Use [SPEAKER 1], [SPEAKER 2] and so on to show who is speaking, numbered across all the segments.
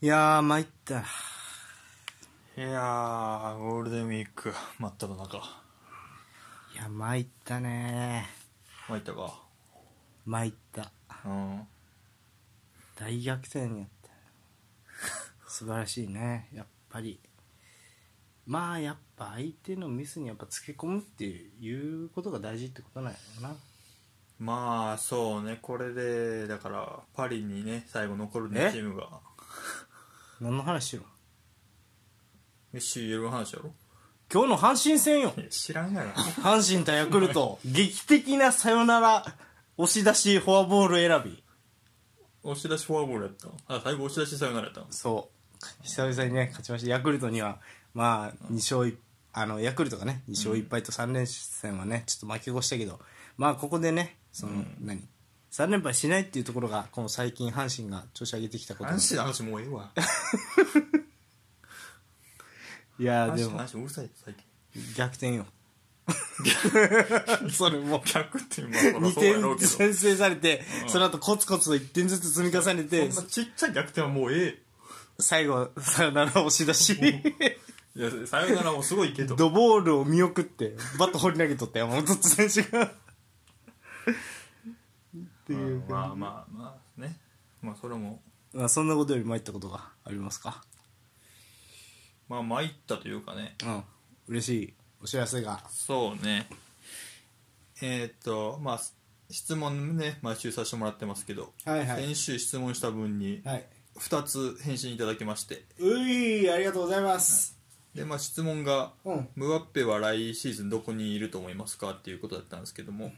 [SPEAKER 1] いやー、参った。
[SPEAKER 2] いやー、ゴールデンウィーク、真っ只中。
[SPEAKER 1] いや、参ったね
[SPEAKER 2] 参ったか。
[SPEAKER 1] ー。参った。
[SPEAKER 2] うん。
[SPEAKER 1] 大逆転やった。素晴らしいね、やっぱり。まあ、やっぱ相手のミスにやっぱつけ込むっていうことが大事ってことなんやろな。
[SPEAKER 2] まあ、そうね、これで、だから、パリにね、最後残るね、
[SPEAKER 1] え
[SPEAKER 2] チームが。
[SPEAKER 1] 何の話しろ。
[SPEAKER 2] メッシー言える話やろ
[SPEAKER 1] 今日の阪神戦よ。
[SPEAKER 2] 知らんがな。
[SPEAKER 1] 阪神対ヤクルト、劇的なサヨナラ、押し出し、フォアボール選び。
[SPEAKER 2] 押し出しフォアボールやったのあ、最後押し出しサヨナラやったの
[SPEAKER 1] そう久々にね勝ちましたヤクルトにはまあ2勝1あのヤクルトがね2勝1敗と3連戦はねちょっと負け越したけどまあここでねその、何3連敗しないっていうところがこの最近阪神が調子上げてきたこと
[SPEAKER 2] 話の話もうええわ。
[SPEAKER 1] いやー
[SPEAKER 2] 話
[SPEAKER 1] で
[SPEAKER 2] の
[SPEAKER 1] も
[SPEAKER 2] 話うるさい、最近。
[SPEAKER 1] 逆転よ それ もう
[SPEAKER 2] 逆 って、まあ、そら
[SPEAKER 1] 2
[SPEAKER 2] そうやろ
[SPEAKER 1] 点
[SPEAKER 2] うけど。
[SPEAKER 1] 先制されて、その後コツコツと1点ずつ積み重ねて
[SPEAKER 2] そんなちっちゃい逆転はもうえ
[SPEAKER 1] 最後サヨナラ押し出 し
[SPEAKER 2] え。いや、サヨナラもすごい けど。
[SPEAKER 1] ドボールを見送ってバット放り投げとった山本選手がっていう
[SPEAKER 2] うんまあまあまあ、ね。まあ、それも、
[SPEAKER 1] まあそんなことより参ったことがありますか
[SPEAKER 2] まあ、参ったというかね。
[SPEAKER 1] うん嬉しいお知らせが
[SPEAKER 2] そうねえーっとまあ質問ね毎週させてもらってますけど、
[SPEAKER 1] はいはい
[SPEAKER 2] 先週質問した分に
[SPEAKER 1] はい
[SPEAKER 2] 2つ返信いただきまして
[SPEAKER 1] ういありがとうございます
[SPEAKER 2] でまあ質問が
[SPEAKER 1] うん
[SPEAKER 2] ムワッペは来シーズンどこにいると思いますか?」っていうことだったんですけども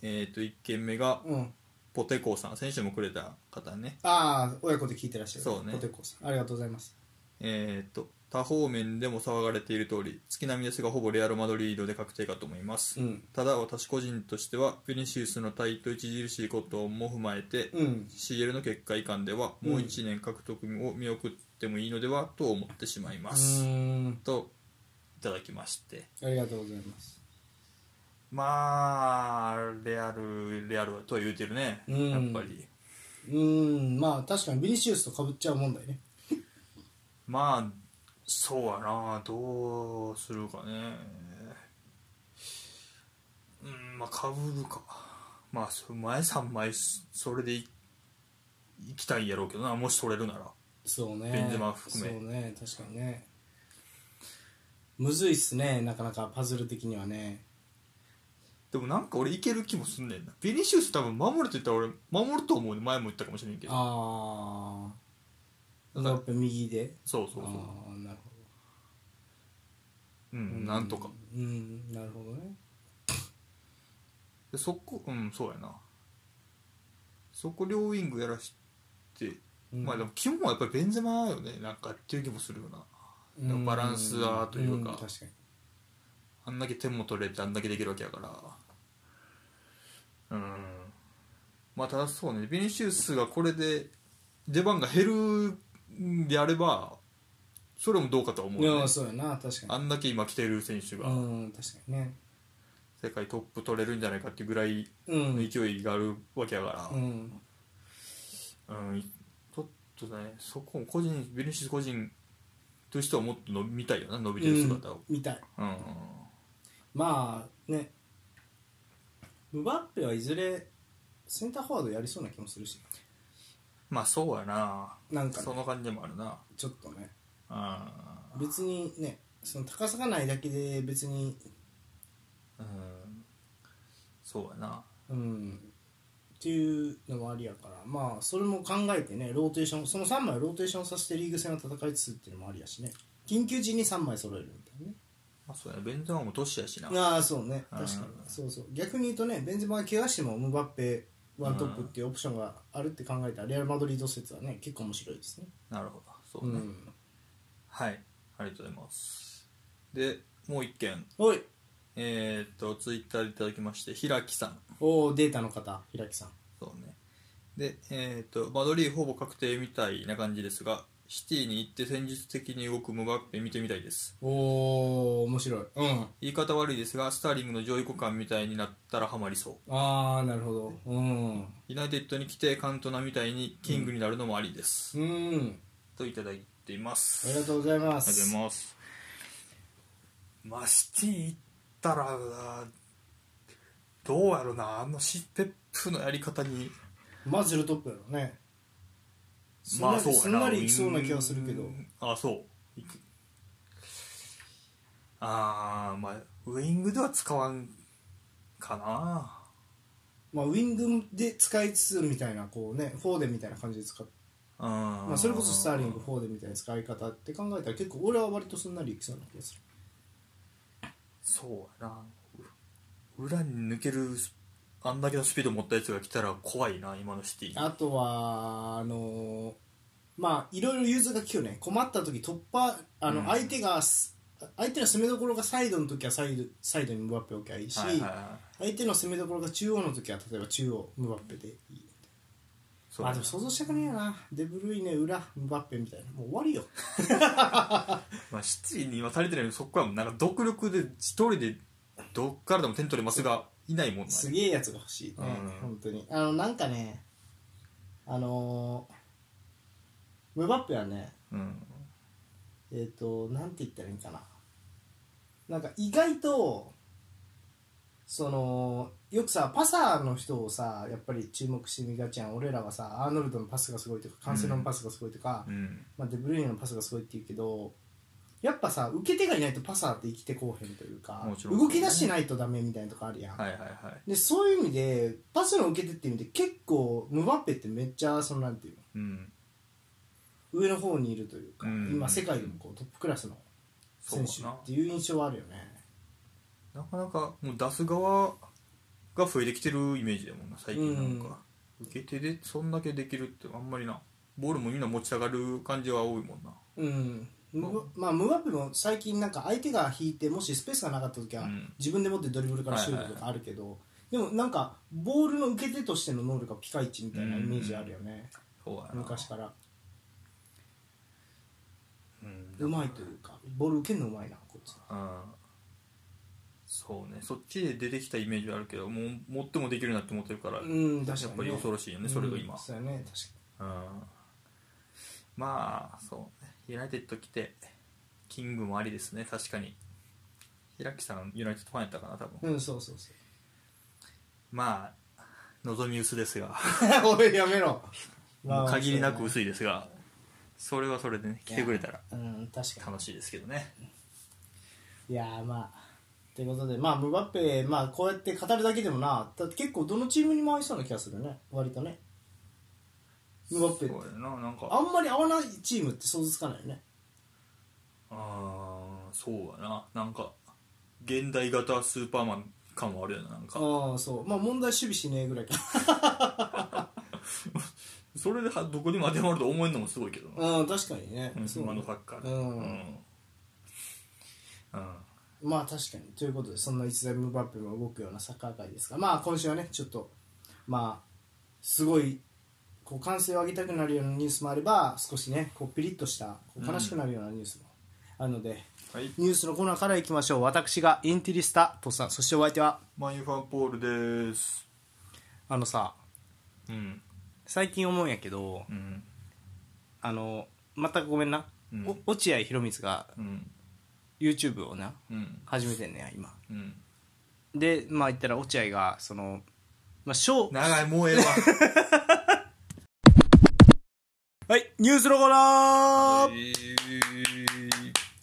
[SPEAKER 2] えーっと1件目が
[SPEAKER 1] うん
[SPEAKER 2] ポテコーさん先週もくれた方ね
[SPEAKER 1] ああ親子で聞いてらっしゃる
[SPEAKER 2] そうね
[SPEAKER 1] ポテコさんありがとうございます
[SPEAKER 2] えーっと他方面でも騒がれている通り月並みですがほぼレアル・マドリードで確定かと思います、
[SPEAKER 1] うん
[SPEAKER 2] ただ私個人としてはヴィニシウスの対等著しいことも踏まえて、
[SPEAKER 1] うん
[SPEAKER 2] CL の結果以下では
[SPEAKER 1] うん
[SPEAKER 2] もう1年獲得を見送ってもいいのではと思ってしまいます、
[SPEAKER 1] ん
[SPEAKER 2] といただきまして
[SPEAKER 1] ありがとうございます
[SPEAKER 2] まあレアルレアルとは言うてるね、
[SPEAKER 1] うん
[SPEAKER 2] やっぱり
[SPEAKER 1] うんまあ確かにビニシウスとかぶっちゃう問題ね
[SPEAKER 2] まあそうやなどうするかねうんまあかぶるかまあそ前3枚それでいいきたいやろうけどなもし取れるなら
[SPEAKER 1] そうね
[SPEAKER 2] ベンゼマ含め
[SPEAKER 1] そうね確かにねむずいっすねなかなかパズル的にはね
[SPEAKER 2] でもなんか俺いける気もすんねんなビニシウス多分守るって言ったら俺守ると思うね前も言ったかもしれんけど
[SPEAKER 1] ああ
[SPEAKER 2] だから
[SPEAKER 1] やっぱ右で
[SPEAKER 2] そうそう
[SPEAKER 1] あ
[SPEAKER 2] そう
[SPEAKER 1] あなるほ
[SPEAKER 2] う
[SPEAKER 1] ど
[SPEAKER 2] んなんとか
[SPEAKER 1] うんなるほどね
[SPEAKER 2] でそこうんそうやなそこ両ウイングやらして
[SPEAKER 1] うん
[SPEAKER 2] まあでも基本はやっぱりベンゼマよねなんかっていう気もするよな
[SPEAKER 1] うん
[SPEAKER 2] バランスはというか
[SPEAKER 1] ん確かに
[SPEAKER 2] あんだけ点も取れてあんだけできるわけやからうんまあただそうねビニシウスがこれで出番が減るんであればそれもどうかとは思う、
[SPEAKER 1] い
[SPEAKER 2] ね
[SPEAKER 1] や、そうやな確か
[SPEAKER 2] あんだけ今来てる選手
[SPEAKER 1] に
[SPEAKER 2] が、
[SPEAKER 1] うん確かにね
[SPEAKER 2] 世界トップ取れるんじゃないかっていうぐらい
[SPEAKER 1] うん
[SPEAKER 2] の勢いがあるわけやか
[SPEAKER 1] うん
[SPEAKER 2] ら、うんちょっとねそこも個人ビニシウス個人としてはもっと伸びたいよな伸びてる姿を、
[SPEAKER 1] みたい
[SPEAKER 2] うん
[SPEAKER 1] まあねムバッペはいずれセンターフォワードやりそうな気もするし
[SPEAKER 2] まあそうやな
[SPEAKER 1] なんかね
[SPEAKER 2] その感じもあるな
[SPEAKER 1] ちょっとね
[SPEAKER 2] う
[SPEAKER 1] 別にねその高さがないだけで別に
[SPEAKER 2] ん、うん、そうやな
[SPEAKER 1] うんっていうのもありやからまあそれも考えてねローテーションその3枚をローテーションさせてリーグ戦を戦いつつっていうのもありやしね緊急時に3枚揃えるみたいなね
[SPEAKER 2] まあそうやなベンゼマも年やしな
[SPEAKER 1] ああそうね
[SPEAKER 2] うん
[SPEAKER 1] 確かにそうそう逆に言うとねベンゼマが怪我してもムバッペワントップっていうオプションがあるって考えたらレアル・マドリード説はね結構面白いですね
[SPEAKER 2] なるほどそううね、
[SPEAKER 1] ん
[SPEAKER 2] はいありがとうございますでもう一件
[SPEAKER 1] おい
[SPEAKER 2] えーっとツイッターでいただきまして平木さん
[SPEAKER 1] おおデータの方平木さん
[SPEAKER 2] そうね。で、えっ、と、マドリーほぼ確定みたいな感じですが、シティに行って戦術的に動くムバッペ見てみたいです。
[SPEAKER 1] おお面白いうん
[SPEAKER 2] 言い方悪いですが、スターリングの上位互換みたいになったらハマりそう。
[SPEAKER 1] ああなるほどうん
[SPEAKER 2] ユナイテッドに来てカントナみたいにキングになるのもありです。
[SPEAKER 1] うん
[SPEAKER 2] といただいています
[SPEAKER 1] ありがとうございま
[SPEAKER 2] ありがとうご
[SPEAKER 1] す
[SPEAKER 2] ざいます。まあ、シティ行ったらな、どうやろな、あのシペップのやり方に、
[SPEAKER 1] マジルトップやろねすんなりすんなりいきそうな気がするけど。
[SPEAKER 2] んあ、そう。いくあー、まあ、ウイングでは使わんかな。
[SPEAKER 1] まあ、ウィングで使いつつみたいなこうねフォーデンみたいな感じで使っ
[SPEAKER 2] うん
[SPEAKER 1] まあ、それこそスターリングフォーデンみたいな使い方って考えたら結構俺は割とすんなりいきそうな気がする
[SPEAKER 2] そうやな。う裏に抜けるス、あんだけのスピード持ったやつが来たら怖いな、今のシティ。
[SPEAKER 1] あとはあのーまあいろいろ融通が利くよね困った時突破あの
[SPEAKER 2] うん
[SPEAKER 1] 相手がす、相手の攻めどころがサイドの時はサイドサイドにムバッペ置きゃいいし、
[SPEAKER 2] はいはいはい
[SPEAKER 1] 相手の攻めどころが中央の時は例えば中央ムバッペでいい
[SPEAKER 2] そう
[SPEAKER 1] ま
[SPEAKER 2] や
[SPEAKER 1] あで
[SPEAKER 2] な
[SPEAKER 1] も想像したくねえよなデブルイネ裏ムバッペみたいなもう終わりよ
[SPEAKER 2] まあ、シティに今足りてないのそこはもうなんか独力で一人でどっからでも点取れますがいないもんな
[SPEAKER 1] すげえやつが欲しいね、
[SPEAKER 2] うん
[SPEAKER 1] 本当にあのなんかねあのームバッペはね
[SPEAKER 2] うん
[SPEAKER 1] えっ、となんて言ったらいいんかななんか意外とそのよくさパサーの人をさやっぱり注目してみがちやん俺らはさアーノルドのパスがすごいとかカンセロのパスがすごいとか、
[SPEAKER 2] うん
[SPEAKER 1] まあ、デブルイネのパスがすごいって言うけどやっぱさ受け手がいないとパサーって生きてこうへんというか
[SPEAKER 2] もちろん
[SPEAKER 1] 動き出してないとダメみたいなとこあるやん、
[SPEAKER 2] はいはいはい
[SPEAKER 1] でそういう意味でパスの受け手って意味で結構ムバッペってめっちゃそのなんていうの
[SPEAKER 2] うん
[SPEAKER 1] 上の方にいるというか、
[SPEAKER 2] うん
[SPEAKER 1] 今世界でもこうトップクラスの
[SPEAKER 2] そう
[SPEAKER 1] 選
[SPEAKER 2] や
[SPEAKER 1] 手っていう印象はあるよね
[SPEAKER 2] ななかなかもう出す側が増えてきてるイメージだもんな最近なんか、受け手でそんだけできるってあんまりなボールもみんな持ち上がる感じは多いもんな
[SPEAKER 1] うんムバまあ、ムバッペも最近なんか相手が引いてもしスペースがなかった時は
[SPEAKER 2] うん
[SPEAKER 1] 自分で持ってドリブルからシュートとかあるけど、でもなんかボールの受け手としての能力がピカイチみたいなイメージあるよね、
[SPEAKER 2] そうやな
[SPEAKER 1] 昔から
[SPEAKER 2] うん
[SPEAKER 1] うまいというかボール受けるのうまいなこいつ
[SPEAKER 2] うんそうねそっちで出てきたイメージはあるけどもう持ってもできるなって思ってるから、
[SPEAKER 1] うん確かに、ね、
[SPEAKER 2] やっぱり恐ろしいよねそれが今
[SPEAKER 1] うんそうやね確かに
[SPEAKER 2] うんまあそうねユナイテッド来てキングもありですね確かに平木さんユナイテッドファンやったかな多分、
[SPEAKER 1] うん、そうそうそ
[SPEAKER 2] まあ望み薄ですが
[SPEAKER 1] う。 おい、やめろ。
[SPEAKER 2] もう限りなく薄いですがそれはそれでね来てくれたら
[SPEAKER 1] うん、確か
[SPEAKER 2] 楽しいですけどね
[SPEAKER 1] に。いやー、まあ。ということで、まあ、ムバッペ、まあ、こうやって語るだけでもな、だって結構どのチームにも合いそうな気がするね、割とね。ムバッペって
[SPEAKER 2] そうやななん
[SPEAKER 1] あ
[SPEAKER 2] か
[SPEAKER 1] んまり合わないチームって想像つかないよね。
[SPEAKER 2] あーそうやななんか現代型スーパーマン感はあるよななんか
[SPEAKER 1] ああ、そう。まあ、問題守備しねえぐらい か。
[SPEAKER 2] それではどこにも当てはまると思えるのもすごいけどな
[SPEAKER 1] うん、確かにね。そう
[SPEAKER 2] 今のサッカーで
[SPEAKER 1] うん
[SPEAKER 2] うん
[SPEAKER 1] まあ確かにということでそんな一大ムバッペも動くようなサッカー界ですがまあ今週はねちょっとまあすごいこう歓声を上げたくなるようなニュースもあれば少しねこうピリッとしたこう悲しくなるようなニュースもあるので、
[SPEAKER 2] はい
[SPEAKER 1] ニュースのコーナーからいきましょう私がインテリスタとさんそしてお相手は
[SPEAKER 2] マインファンポールです
[SPEAKER 1] あのさ
[SPEAKER 2] うん
[SPEAKER 1] 最近思うんやけど
[SPEAKER 2] うん
[SPEAKER 1] あの全くごめんな、
[SPEAKER 2] うん
[SPEAKER 1] お落合博光が
[SPEAKER 2] うん
[SPEAKER 1] YouTube をな
[SPEAKER 2] うん
[SPEAKER 1] 始めてんねや今
[SPEAKER 2] うん
[SPEAKER 1] でまあ言ったら落合がそのまあショー
[SPEAKER 2] 長いもうええわ
[SPEAKER 1] はい、ニュースのコー ナー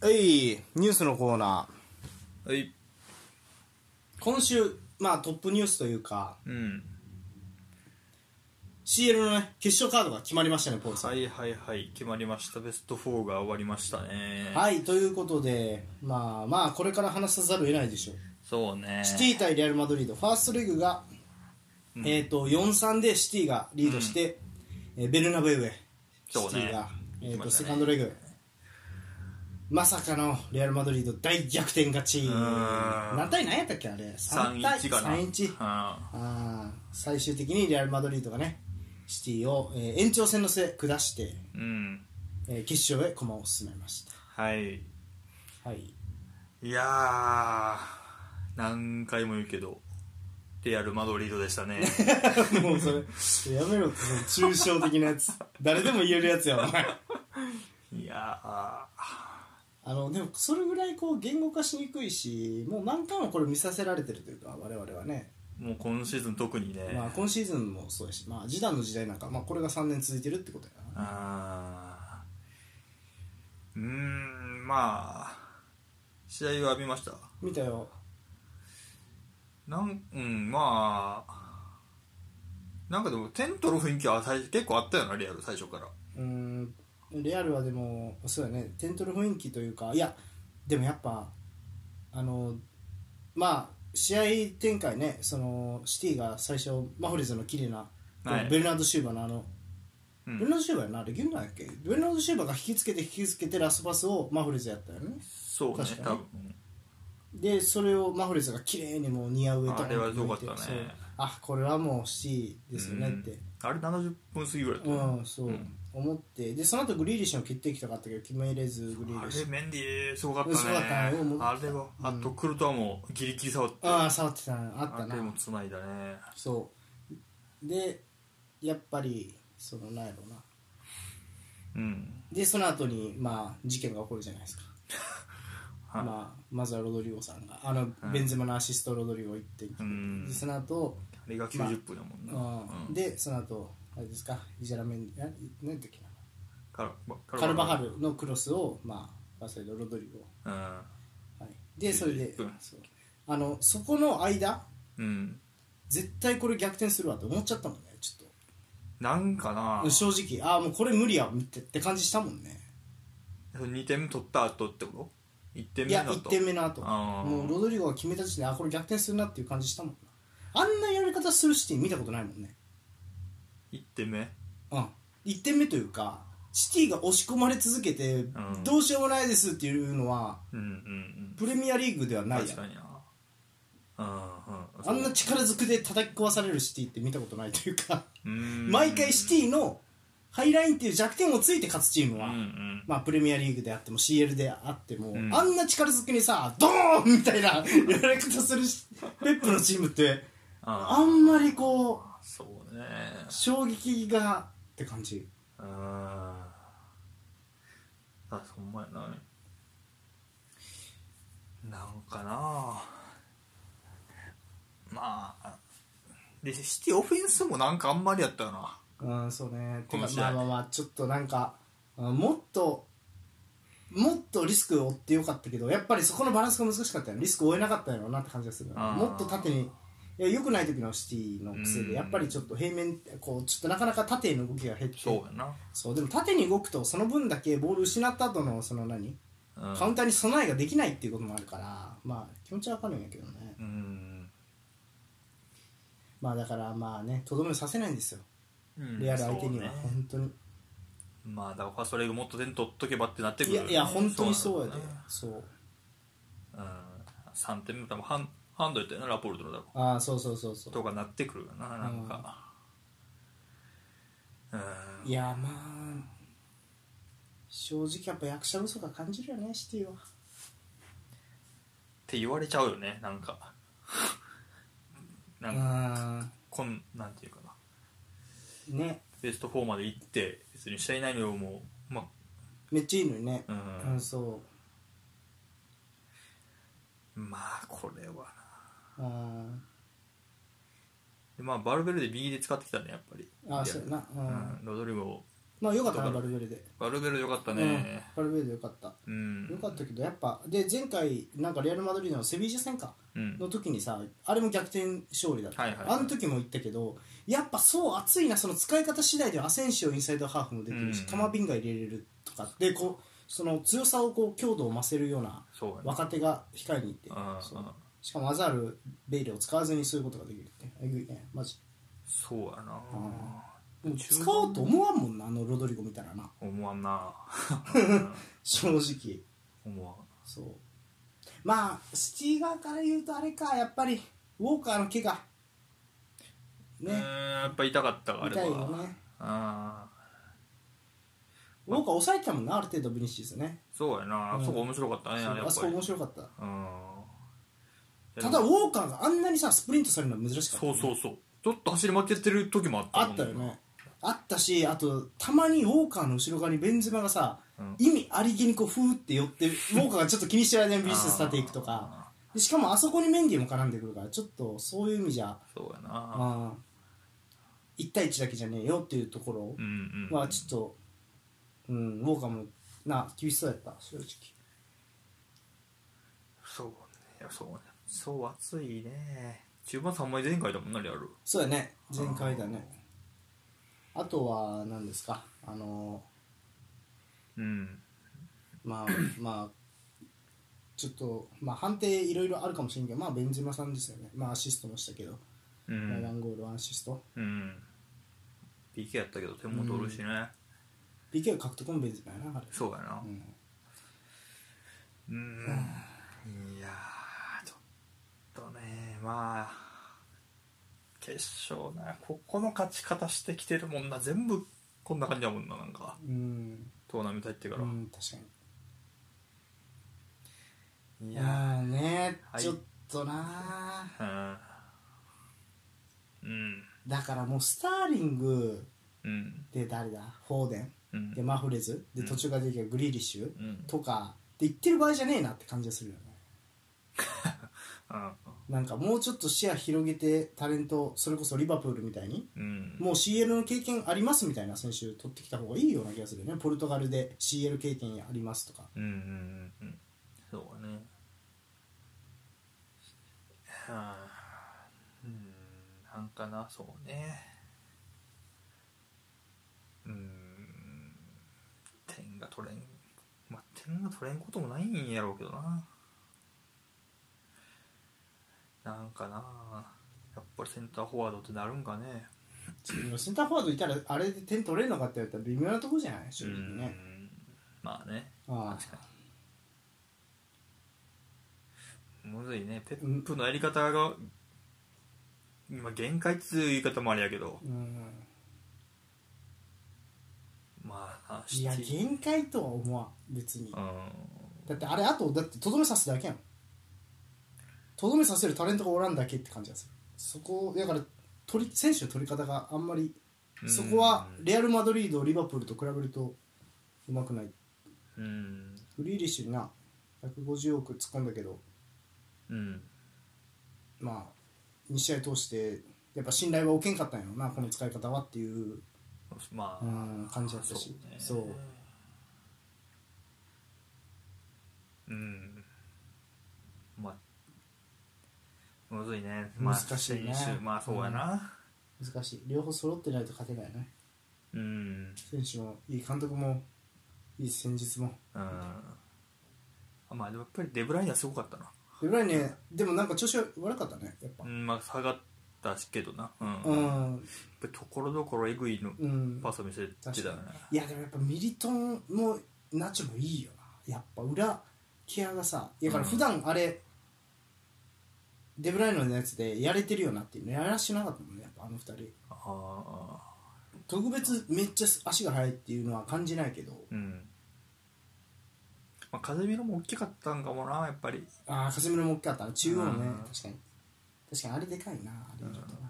[SPEAKER 2] え
[SPEAKER 1] はい、ニュースのコーナ
[SPEAKER 2] ーはい
[SPEAKER 1] ー。今週、まあトップニュースというか、
[SPEAKER 2] うん、
[SPEAKER 1] CL のね、決勝カードが決まりましたね、ポールさん。
[SPEAKER 2] は
[SPEAKER 1] はい、
[SPEAKER 2] いはいはい決まりましたベスト4が終わりましたね
[SPEAKER 1] ということで、まあまあ、これから話さざるを得ないでしょう。
[SPEAKER 2] そうね
[SPEAKER 1] シティ対レアル・マドリード、ファーストレグが、えっ、と、4-3でシティがリードして、えーベルナベウへ、シ
[SPEAKER 2] そうね
[SPEAKER 1] ティが、えっ
[SPEAKER 2] 行きま
[SPEAKER 1] と、
[SPEAKER 2] した
[SPEAKER 1] セ
[SPEAKER 2] ね
[SPEAKER 1] カンドレグ。まさかのレアル・マドリード大逆転勝ち。
[SPEAKER 2] ーん
[SPEAKER 1] 何対何やったっけあれ。3対
[SPEAKER 2] 3-1かな
[SPEAKER 1] 3-1。
[SPEAKER 2] あ
[SPEAKER 1] あー最終的にレアル・マドリードがねシティを、えー延長戦の末下して、
[SPEAKER 2] うん
[SPEAKER 1] えー決勝へ駒を進めまし
[SPEAKER 2] はい
[SPEAKER 1] たはい
[SPEAKER 2] いやー何回も言うけどレアル・マドリードでした ね
[SPEAKER 1] もうそれやめろってその抽象的なやつ誰でも言えるやつやお前
[SPEAKER 2] やー
[SPEAKER 1] あのでもそれぐらいこう言語化しにくいしもう何回もこれ見させられてるというか我々はね、
[SPEAKER 2] もう今シーズン特にね、
[SPEAKER 1] まあ、今シーズンもそうやし、まあ、ジダンの時代なんか、まあ、これが3年続いてるってことやな
[SPEAKER 2] あーうーんまあ試合は見ました
[SPEAKER 1] 見たよ
[SPEAKER 2] なんうんまあなんかでも点取る雰囲気は最結構あったよなリアル最初から
[SPEAKER 1] うーんレアルはでもそうやね点取る雰囲気というかいやでもやっぱあのまあ試合展開ねそのシティが最初マフレズの綺麗な、
[SPEAKER 2] はい
[SPEAKER 1] ベルナード・シューバーのあの
[SPEAKER 2] うん
[SPEAKER 1] ベルナード・シューバーやなあれギュンナーやっけベルナード・シューバーが引きつけて引きつけてラストパスをマフレズやったよね
[SPEAKER 2] そうね
[SPEAKER 1] 確か
[SPEAKER 2] 多
[SPEAKER 1] に
[SPEAKER 2] 分
[SPEAKER 1] でそれをマフレズが綺麗にもう似合う上と
[SPEAKER 2] あれは良かったね
[SPEAKER 1] そうあこれはもうシティですよねって、
[SPEAKER 2] あれ70分過ぎぐらいだった
[SPEAKER 1] う
[SPEAKER 2] よ
[SPEAKER 1] んそう、
[SPEAKER 2] うん
[SPEAKER 1] 思ってでその後グリーリッシュの決定機とかあったけど決めれずグリー
[SPEAKER 2] あ
[SPEAKER 1] リッシ
[SPEAKER 2] れ
[SPEAKER 1] ュ
[SPEAKER 2] メンディーすごかったね
[SPEAKER 1] すごかったね思った
[SPEAKER 2] あれはあとクルトワもギリギリ触って
[SPEAKER 1] ああ触ってたのあった
[SPEAKER 2] あれも
[SPEAKER 1] な
[SPEAKER 2] つないだね
[SPEAKER 1] そうでやっぱりそのなんやろうな
[SPEAKER 2] うん
[SPEAKER 1] でその後にまあ事件が起こるじゃないですか、
[SPEAKER 2] はい
[SPEAKER 1] まあ、まずはロドリゴさんがあの、
[SPEAKER 2] い
[SPEAKER 1] ベンゼマのアシストロドリゴ行ってきて、
[SPEAKER 2] うん
[SPEAKER 1] でその後
[SPEAKER 2] あれが90分だもんな、
[SPEAKER 1] うん、
[SPEAKER 2] で
[SPEAKER 1] でその後あれですかイジャラメンあ何だっけな
[SPEAKER 2] カル
[SPEAKER 1] カルバハルのクロスを、まあ、バセド・ロドリゴ、
[SPEAKER 2] うん
[SPEAKER 1] はい、でそれで、
[SPEAKER 2] うん
[SPEAKER 1] そうあのそこの間
[SPEAKER 2] うん
[SPEAKER 1] 絶対これ逆転するわって思っちゃったもんねちょっ
[SPEAKER 2] なんかな
[SPEAKER 1] と正直ああもうこれ無理やってって感じしたもんね
[SPEAKER 2] 2点目取った後ってこと ?1 点
[SPEAKER 1] い
[SPEAKER 2] 目
[SPEAKER 1] や
[SPEAKER 2] だと
[SPEAKER 1] 1点目の後
[SPEAKER 2] あー
[SPEAKER 1] もうロドリゴが決めた時点であこれ逆転するなっていう感じしたもんなあんなやり方するシティ見たことないもんね
[SPEAKER 2] 1点目
[SPEAKER 1] うん1点目というかシティが押し込まれ続けて、
[SPEAKER 2] ん
[SPEAKER 1] どうしようもないですっていうのは
[SPEAKER 2] うんうん
[SPEAKER 1] プレミアリーグでは
[SPEAKER 2] うん
[SPEAKER 1] ないや
[SPEAKER 2] 確
[SPEAKER 1] ん
[SPEAKER 2] かになうんうん
[SPEAKER 1] あんな力ずくで叩き壊されるシティって見たことないというか
[SPEAKER 2] うん
[SPEAKER 1] 毎回シティのハイラインっていう弱点をついて勝つチーム
[SPEAKER 2] うん
[SPEAKER 1] は、
[SPEAKER 2] うん
[SPEAKER 1] まあ、プレミアリーグであっても CL であっても、
[SPEAKER 2] ん
[SPEAKER 1] あんな力ずくにさドーンみたいなやられ方するしペップのチームって
[SPEAKER 2] あ
[SPEAKER 1] あんまりこ
[SPEAKER 2] あそうね
[SPEAKER 1] う衝撃がって感じ
[SPEAKER 2] うんあそんまやななんかなまあでシティオフェンスもなんかあんまりやったよな
[SPEAKER 1] うんそうねてか
[SPEAKER 2] この試合
[SPEAKER 1] まあまあまあちょっとなんかうんもっともっとリスクを負ってよかったけどやっぱりそこのバランスが難しかったよリスクを負えなかったよなって感じがする
[SPEAKER 2] あ
[SPEAKER 1] も
[SPEAKER 2] ー
[SPEAKER 1] っと縦にいや良くない時のシティの癖
[SPEAKER 2] うん
[SPEAKER 1] でやっぱりちょっと平面こうちょっとなかなか縦への動きが減って
[SPEAKER 2] そうやな
[SPEAKER 1] そうでも縦に動くとその分だけボール失った後のその何
[SPEAKER 2] うん
[SPEAKER 1] カウンターに備えができないっていうこともあるからまあ気持ちはわかるんやけどね
[SPEAKER 2] うん
[SPEAKER 1] まあだからまあねとどめをさせないんですよ
[SPEAKER 2] うん
[SPEAKER 1] レアル相手には
[SPEAKER 2] そうね
[SPEAKER 1] 本当に
[SPEAKER 2] まあだからファーストレグもっと点取っとけばってなってく
[SPEAKER 1] い
[SPEAKER 2] る
[SPEAKER 1] やいや本当にそうやで
[SPEAKER 2] なんだ
[SPEAKER 1] そう
[SPEAKER 2] よねうん3点目多分ハンハンドやったよなラポルトのだ
[SPEAKER 1] ああそうそうそうそう
[SPEAKER 2] とかなってくるよななんかうん
[SPEAKER 1] いやまあ正直やっぱ役者不足が感じるよねシティは
[SPEAKER 2] って言われちゃうよねなんかなんか
[SPEAKER 1] あ
[SPEAKER 2] こんなんていうかな
[SPEAKER 1] ーね
[SPEAKER 2] ベスト4まで行って別に試合内容もま
[SPEAKER 1] めっちゃいいのにね
[SPEAKER 2] あう
[SPEAKER 1] うんん、そう
[SPEAKER 2] まあこれはな
[SPEAKER 1] あ
[SPEAKER 2] でまあバルベルで右で使ってきたねやっぱり
[SPEAKER 1] ーあーそうやな、う
[SPEAKER 2] うんんロドリゴ
[SPEAKER 1] まあよかった
[SPEAKER 2] だ
[SPEAKER 1] な
[SPEAKER 2] から
[SPEAKER 1] バルベルで、
[SPEAKER 2] バルベルよかった
[SPEAKER 1] うん
[SPEAKER 2] ね、
[SPEAKER 1] バルベルでよかった
[SPEAKER 2] うん
[SPEAKER 1] よかったけどやっぱで前回なんかレアル・マドリードのセビージャ戦か
[SPEAKER 2] うん
[SPEAKER 1] の時にさあれも逆転勝利だった、
[SPEAKER 2] はいはいはい
[SPEAKER 1] あの時も言ったけどやっぱそう熱いなその使い方次第ではアセンシオインサイドハーフもできるし、
[SPEAKER 2] うん
[SPEAKER 1] カマビンガ入れれるとかでこうその強さをこう強度を増せるような
[SPEAKER 2] そうやね
[SPEAKER 1] 若手が控えに行って
[SPEAKER 2] ああ
[SPEAKER 1] そうしかもアザールベイレを使わずにそういうことができるってえぐいねマジ
[SPEAKER 2] そうやな
[SPEAKER 1] もう使おうと思わんもんなあのロドリゴ見たらな
[SPEAKER 2] 思わんな
[SPEAKER 1] 正直
[SPEAKER 2] 思わん
[SPEAKER 1] そうまあシティ側から言うとあれかやっぱりウォーカーの怪我
[SPEAKER 2] う
[SPEAKER 1] ね
[SPEAKER 2] ーんやっぱ痛かったわあれ
[SPEAKER 1] 痛いよ
[SPEAKER 2] は
[SPEAKER 1] ね
[SPEAKER 2] ああ
[SPEAKER 1] ウォーカー抑えてたもんなある程度ビニシウスね
[SPEAKER 2] そうやな
[SPEAKER 1] う
[SPEAKER 2] あ
[SPEAKER 1] ん
[SPEAKER 2] そこ面白かったね
[SPEAKER 1] そう
[SPEAKER 2] あれや
[SPEAKER 1] あ
[SPEAKER 2] っ
[SPEAKER 1] そ
[SPEAKER 2] ぱ
[SPEAKER 1] こ
[SPEAKER 2] り
[SPEAKER 1] 面白かった
[SPEAKER 2] うん
[SPEAKER 1] ただウ
[SPEAKER 2] そう
[SPEAKER 1] ォーカーがあんなにさスプリントされるのは珍しかった
[SPEAKER 2] そうそうちょっと走り負けてる時もあった
[SPEAKER 1] あ
[SPEAKER 2] も
[SPEAKER 1] っ
[SPEAKER 2] ん
[SPEAKER 1] たよねあったしあとたまにウォーカーの後ろ側にベンゼマがさ
[SPEAKER 2] うん
[SPEAKER 1] 意味ありげにこうふーって寄ってウォーカーがちょっと気にしてる間にビリシス立っていくとか
[SPEAKER 2] あ
[SPEAKER 1] でしかもあそこにメンディーも絡んでくるからちょっとそういう意味じゃ
[SPEAKER 2] ーそうやな
[SPEAKER 1] あー1対1だけじゃねえよっていうところ
[SPEAKER 2] うんうん
[SPEAKER 1] はちょっと、うん、ウォーカーもな厳しそうやった正直
[SPEAKER 2] そうねいやそうねそう暑いね中盤3枚全開だもんなリアル
[SPEAKER 1] そうやね前回だねあとは何ですかあの
[SPEAKER 2] うん
[SPEAKER 1] まあ まあちょっとまあ判定いろいろあるかもしれんけどまあベンゼマさんですよねまあアシストもしたけど、
[SPEAKER 2] う
[SPEAKER 1] ララ
[SPEAKER 2] ん
[SPEAKER 1] ンゴールワンアシスト
[SPEAKER 2] うん、PK やったけど手元おるしね、
[SPEAKER 1] PK 獲得もベンゼマやなあれ
[SPEAKER 2] そうやな
[SPEAKER 1] うん
[SPEAKER 2] うん、いやーちょっとねまあ決勝なここの勝ち方してきてるもんな全部こんな感じやもんななんか
[SPEAKER 1] うん、
[SPEAKER 2] トーナメント入ってか
[SPEAKER 1] う
[SPEAKER 2] ら、
[SPEAKER 1] ん、確かに
[SPEAKER 2] い
[SPEAKER 1] いやーね、
[SPEAKER 2] はい
[SPEAKER 1] ちょっとな
[SPEAKER 2] うんうん
[SPEAKER 1] ーだからもうスターリング
[SPEAKER 2] うん
[SPEAKER 1] で誰だフォーデン
[SPEAKER 2] うん
[SPEAKER 1] でマフレズで
[SPEAKER 2] うん
[SPEAKER 1] 途中から出てきたグリーリッシュ
[SPEAKER 2] うん
[SPEAKER 1] とかで言ってる場合じゃねえなって感じがするよね
[SPEAKER 2] うん
[SPEAKER 1] なんかもうちょっと視野広げてタレントそれこそリバプールみたいに
[SPEAKER 2] うん
[SPEAKER 1] もう CL の経験ありますみたいな選手取ってきた方がいいような気がするよねポルトガルで CL 経験ありますとか
[SPEAKER 2] うんうんうんうんそうねはあうんなんかなそうねうん点が取れんまあ点が取れんこともないんやろうけどななんかなやっぱりセンターフォワードってなるんかね
[SPEAKER 1] センターフォワードいたらあれで点取れるのかって言われたら微妙なとこじゃない正
[SPEAKER 2] う
[SPEAKER 1] 直ね
[SPEAKER 2] んまあね
[SPEAKER 1] あ
[SPEAKER 2] 確かにむずいねペップのやり方が今限界っていう言い方もあれやけど
[SPEAKER 1] あうん
[SPEAKER 2] まあ
[SPEAKER 1] いや
[SPEAKER 2] シティ
[SPEAKER 1] 限界とは思わん別に
[SPEAKER 2] うん
[SPEAKER 1] だってあれあとだってとどめさすだけやんとどめさせるタレントがおらんだけって感じがするそこだから取り選手の取り方があんまりそこはレアル・マドリードリバプールと比べるとうまくない
[SPEAKER 2] うん
[SPEAKER 1] グリーリッシュにな150億突っ込んだけど
[SPEAKER 2] うん
[SPEAKER 1] まあ2試合通してやっぱ信頼は置けんかったんやろなこの使い方はっていう
[SPEAKER 2] まあ
[SPEAKER 1] うん感じだったしそう
[SPEAKER 2] うんまあむずいね
[SPEAKER 1] 難しいね
[SPEAKER 2] まあ選手まあそうやな
[SPEAKER 1] 難しい両方揃ってないと勝てないよね
[SPEAKER 2] うん
[SPEAKER 1] 選手もいい監督もいい戦術も
[SPEAKER 2] うんあまあでもやっぱりデブライナすごかったな
[SPEAKER 1] でもねでもなんか調子悪かったねやっぱ
[SPEAKER 2] うんまあ下がったしけどなうん、
[SPEAKER 1] う
[SPEAKER 2] やっ
[SPEAKER 1] ん
[SPEAKER 2] ぱりところどころえぐいの
[SPEAKER 1] うん
[SPEAKER 2] パスを見せてたよね
[SPEAKER 1] いやでもやっぱミリトンもナチョもいいよなやっぱ裏ケアがさいやだから普段あれ、デブライノのやつでやれてるよなっていうのやらしなかったもんねやっぱあの二人
[SPEAKER 2] ああ
[SPEAKER 1] 特別めっちゃ足が速いっていうのは感じないけど
[SPEAKER 2] うんまあ風見のも大きかったんかもなやっぱり
[SPEAKER 1] ああカセミロも大きかったな中央のね、
[SPEAKER 2] うん
[SPEAKER 1] 確かに確かにあれでかいなあれちょっとな、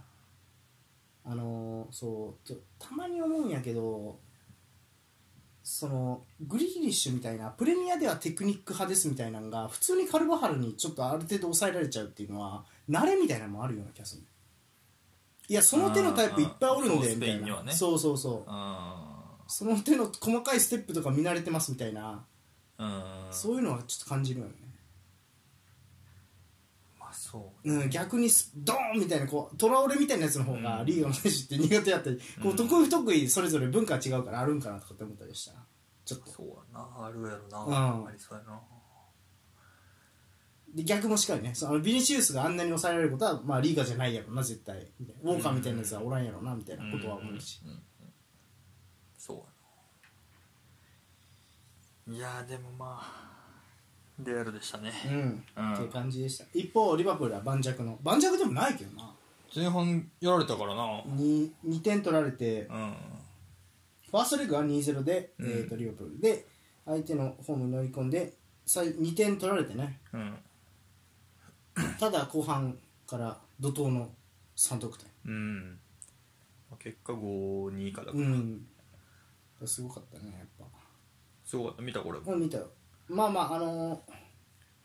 [SPEAKER 1] あのーそうちょたまに思うんやけどそのグリーリッシュみたいなプレミアではテクニック派ですみたいなのが普通にカルバハルにちょっとある程度抑えられちゃうっていうのは慣れみたいなのもあるような気がするいやその手のタイプいっぱいおるん
[SPEAKER 2] あー
[SPEAKER 1] で
[SPEAKER 2] そ
[SPEAKER 1] みた
[SPEAKER 2] うスペイ
[SPEAKER 1] い
[SPEAKER 2] ンに
[SPEAKER 1] な
[SPEAKER 2] はね
[SPEAKER 1] そうそうそう
[SPEAKER 2] あ
[SPEAKER 1] その手の細かいステップとか見慣れてますみたいな
[SPEAKER 2] あうん
[SPEAKER 1] そういうのはちょっと感じるよね
[SPEAKER 2] まあそう
[SPEAKER 1] うん、逆にスドーンみたいなこうトラオレみたいなやつの方がリーガの選手って苦手やったり、こ
[SPEAKER 2] う
[SPEAKER 1] うん得意不得意それぞれ文化違うからあるんかなとかって思ったりしたなちょっと
[SPEAKER 2] そうやなあるやろな、
[SPEAKER 1] うん
[SPEAKER 2] ありそうやな
[SPEAKER 1] で逆もしっかりねそのビニシウスがあんなに抑えられることは、まあ、リーガじゃないやろな絶対みたいなウォーカーみたいなやつはおらんやろなみたいなことは思うし、
[SPEAKER 2] んうんそうやないやーでもまあレアルでしたね
[SPEAKER 1] うん
[SPEAKER 2] うん
[SPEAKER 1] っていう感じでした一方リバプールは盤石の盤石でもないけどな
[SPEAKER 2] 前半やられたからな
[SPEAKER 1] 2, 2点取られて、
[SPEAKER 2] うん
[SPEAKER 1] ファーストレグは2-0で、
[SPEAKER 2] うん
[SPEAKER 1] えー、とリバプールで相手のホームに乗り込んで2点取られてね
[SPEAKER 2] うん
[SPEAKER 1] ただ後半から怒涛の3得点
[SPEAKER 2] うん結果5 2以下だから、
[SPEAKER 1] うんすごかったねやっぱ
[SPEAKER 2] すごかった見たこれ
[SPEAKER 1] これ見たよまあまああのー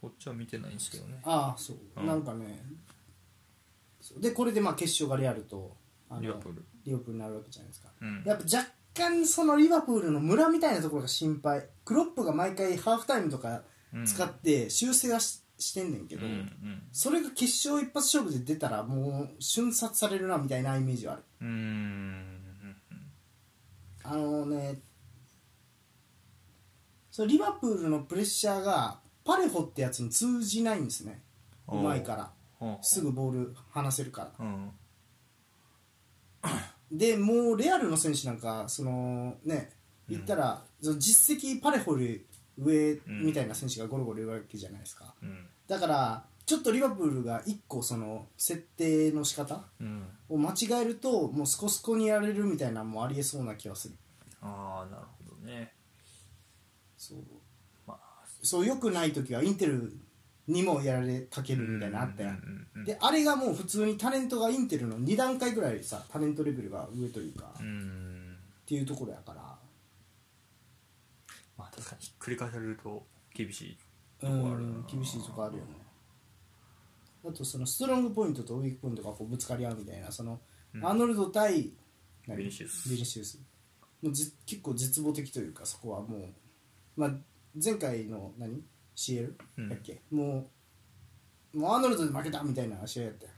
[SPEAKER 2] こっちは見てないんですけどね
[SPEAKER 1] ああそう、
[SPEAKER 2] うん
[SPEAKER 1] なんかねそうでこれでまあ決勝がレアルとあの
[SPEAKER 2] リバプール
[SPEAKER 1] リバプールになるわけじゃないですか、
[SPEAKER 2] うん
[SPEAKER 1] やっぱ若干そのリバプールの村みたいなところが心配クロップが毎回ハーフタイムとか使って修正はし,、してんねんけ
[SPEAKER 2] うん
[SPEAKER 1] ど、
[SPEAKER 2] うん
[SPEAKER 1] それが決勝一発勝負で出たらもう瞬殺されるなみたいなイメージはある
[SPEAKER 2] うーん
[SPEAKER 1] あのねそのリバプールのプレッシャーがパレホってやつに通じないんですねう
[SPEAKER 2] おう
[SPEAKER 1] まいから
[SPEAKER 2] ほう
[SPEAKER 1] すぐボール離せるから
[SPEAKER 2] うん
[SPEAKER 1] でもうレアルの選手なんかそのね言ったら、その実績パレホより上みたいな選手がゴロゴロいるわけじゃないですか、
[SPEAKER 2] うん
[SPEAKER 1] だからちょっとリバプールが1個その設定の仕方
[SPEAKER 2] うん
[SPEAKER 1] を間違えるともうスコスコにやられるみたいなのもありえそうな気がする
[SPEAKER 2] ああなるほどね
[SPEAKER 1] そう
[SPEAKER 2] まあ
[SPEAKER 1] そう良くない時はインテルにもやられかけるみたいなのあったやん、
[SPEAKER 2] うんうんうん
[SPEAKER 1] であれがもう普通にタレントがインテルの2段階ぐらいさタレントレベルが上というか、
[SPEAKER 2] う
[SPEAKER 1] っ
[SPEAKER 2] ん
[SPEAKER 1] ていうところやから
[SPEAKER 2] まあ確かにひっくり返されると厳しい
[SPEAKER 1] うん厳しいとこあるよねあとそのストロングポイントとウィークポイントがこうぶつかり合うみたいなその、アーノルド対何
[SPEAKER 2] ビニシウス
[SPEAKER 1] ビニシウスもうじ結構絶望的というかそこはもう、まあ、前回の何 CL
[SPEAKER 2] うん
[SPEAKER 1] だっけ、もうもうアーノルドで負けたみたいな試合やったよ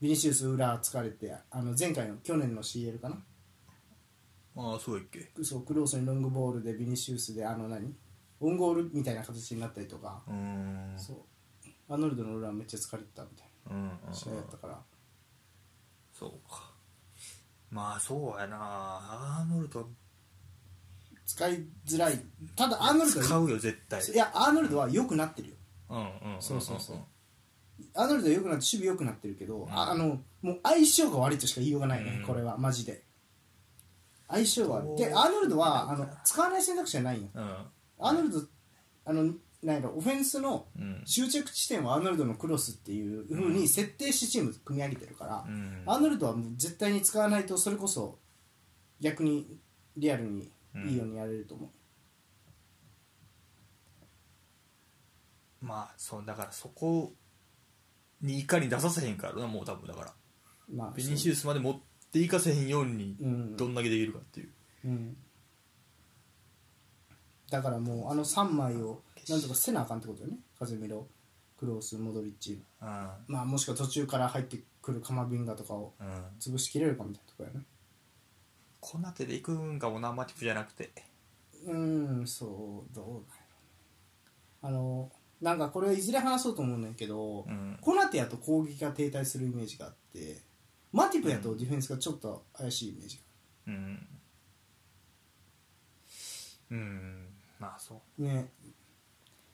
[SPEAKER 1] ビニシウス裏疲れてあの前回の去年の CL かな
[SPEAKER 2] ああそうやっけ
[SPEAKER 1] そうクローソンにロングボールでビニシウスであの何オンゴールみたいな形になったりとか、
[SPEAKER 2] うーん
[SPEAKER 1] そうアーノルドの裏はめっちゃ疲れてたみたい
[SPEAKER 2] うんうん
[SPEAKER 1] な試合やったから
[SPEAKER 2] そうかまあそうやなアーノルド
[SPEAKER 1] 使いづらいただアーノルド
[SPEAKER 2] 使
[SPEAKER 1] は
[SPEAKER 2] うよ絶対
[SPEAKER 1] いやアーノルドは良くなってるよ
[SPEAKER 2] うんうんん
[SPEAKER 1] そうそうそうアーノルドは良くなって守備良くなってるけど、
[SPEAKER 2] ん
[SPEAKER 1] ああのもう相性が悪いとしか言いようがないね、
[SPEAKER 2] うん
[SPEAKER 1] これはマジで相性は
[SPEAKER 2] どう
[SPEAKER 1] でアーノルドはあの使わない選択肢はないよ
[SPEAKER 2] うん
[SPEAKER 1] アーノルドあのなんやろオフェンスの
[SPEAKER 2] うん
[SPEAKER 1] 終着地点はアーノルドのクロスっていうふうに設定してチーム組み上げてるから、
[SPEAKER 2] うん
[SPEAKER 1] アーノルドはもう絶対に使わないとそれこそ逆にリアルにいいようにやれると思う、
[SPEAKER 2] まあそうだからそこにいかに出させへんからなもう多分だから
[SPEAKER 1] まあ
[SPEAKER 2] ベニシウスまで持っていかせへんように
[SPEAKER 1] そううん
[SPEAKER 2] どんだけできるかっていう
[SPEAKER 1] うんだからもうあの3枚をなんとかせなあかんってことよねカゼミロクロースモドリッチ
[SPEAKER 2] うん
[SPEAKER 1] まあもしくは途中から入ってくるカマビンガとかを
[SPEAKER 2] うん
[SPEAKER 1] 潰しきれるかみたいなとこやね
[SPEAKER 2] こんな手でいくんかもなマティプじゃなくて
[SPEAKER 1] うんそうどうなんやろあのなんかこれいずれ話そうと思うねんだけど、
[SPEAKER 2] うん
[SPEAKER 1] コナテやと攻撃が停滞するイメージがあってマティプやとディフェンスがちょっと怪しいイメージ
[SPEAKER 2] うんうんまあそう
[SPEAKER 1] がね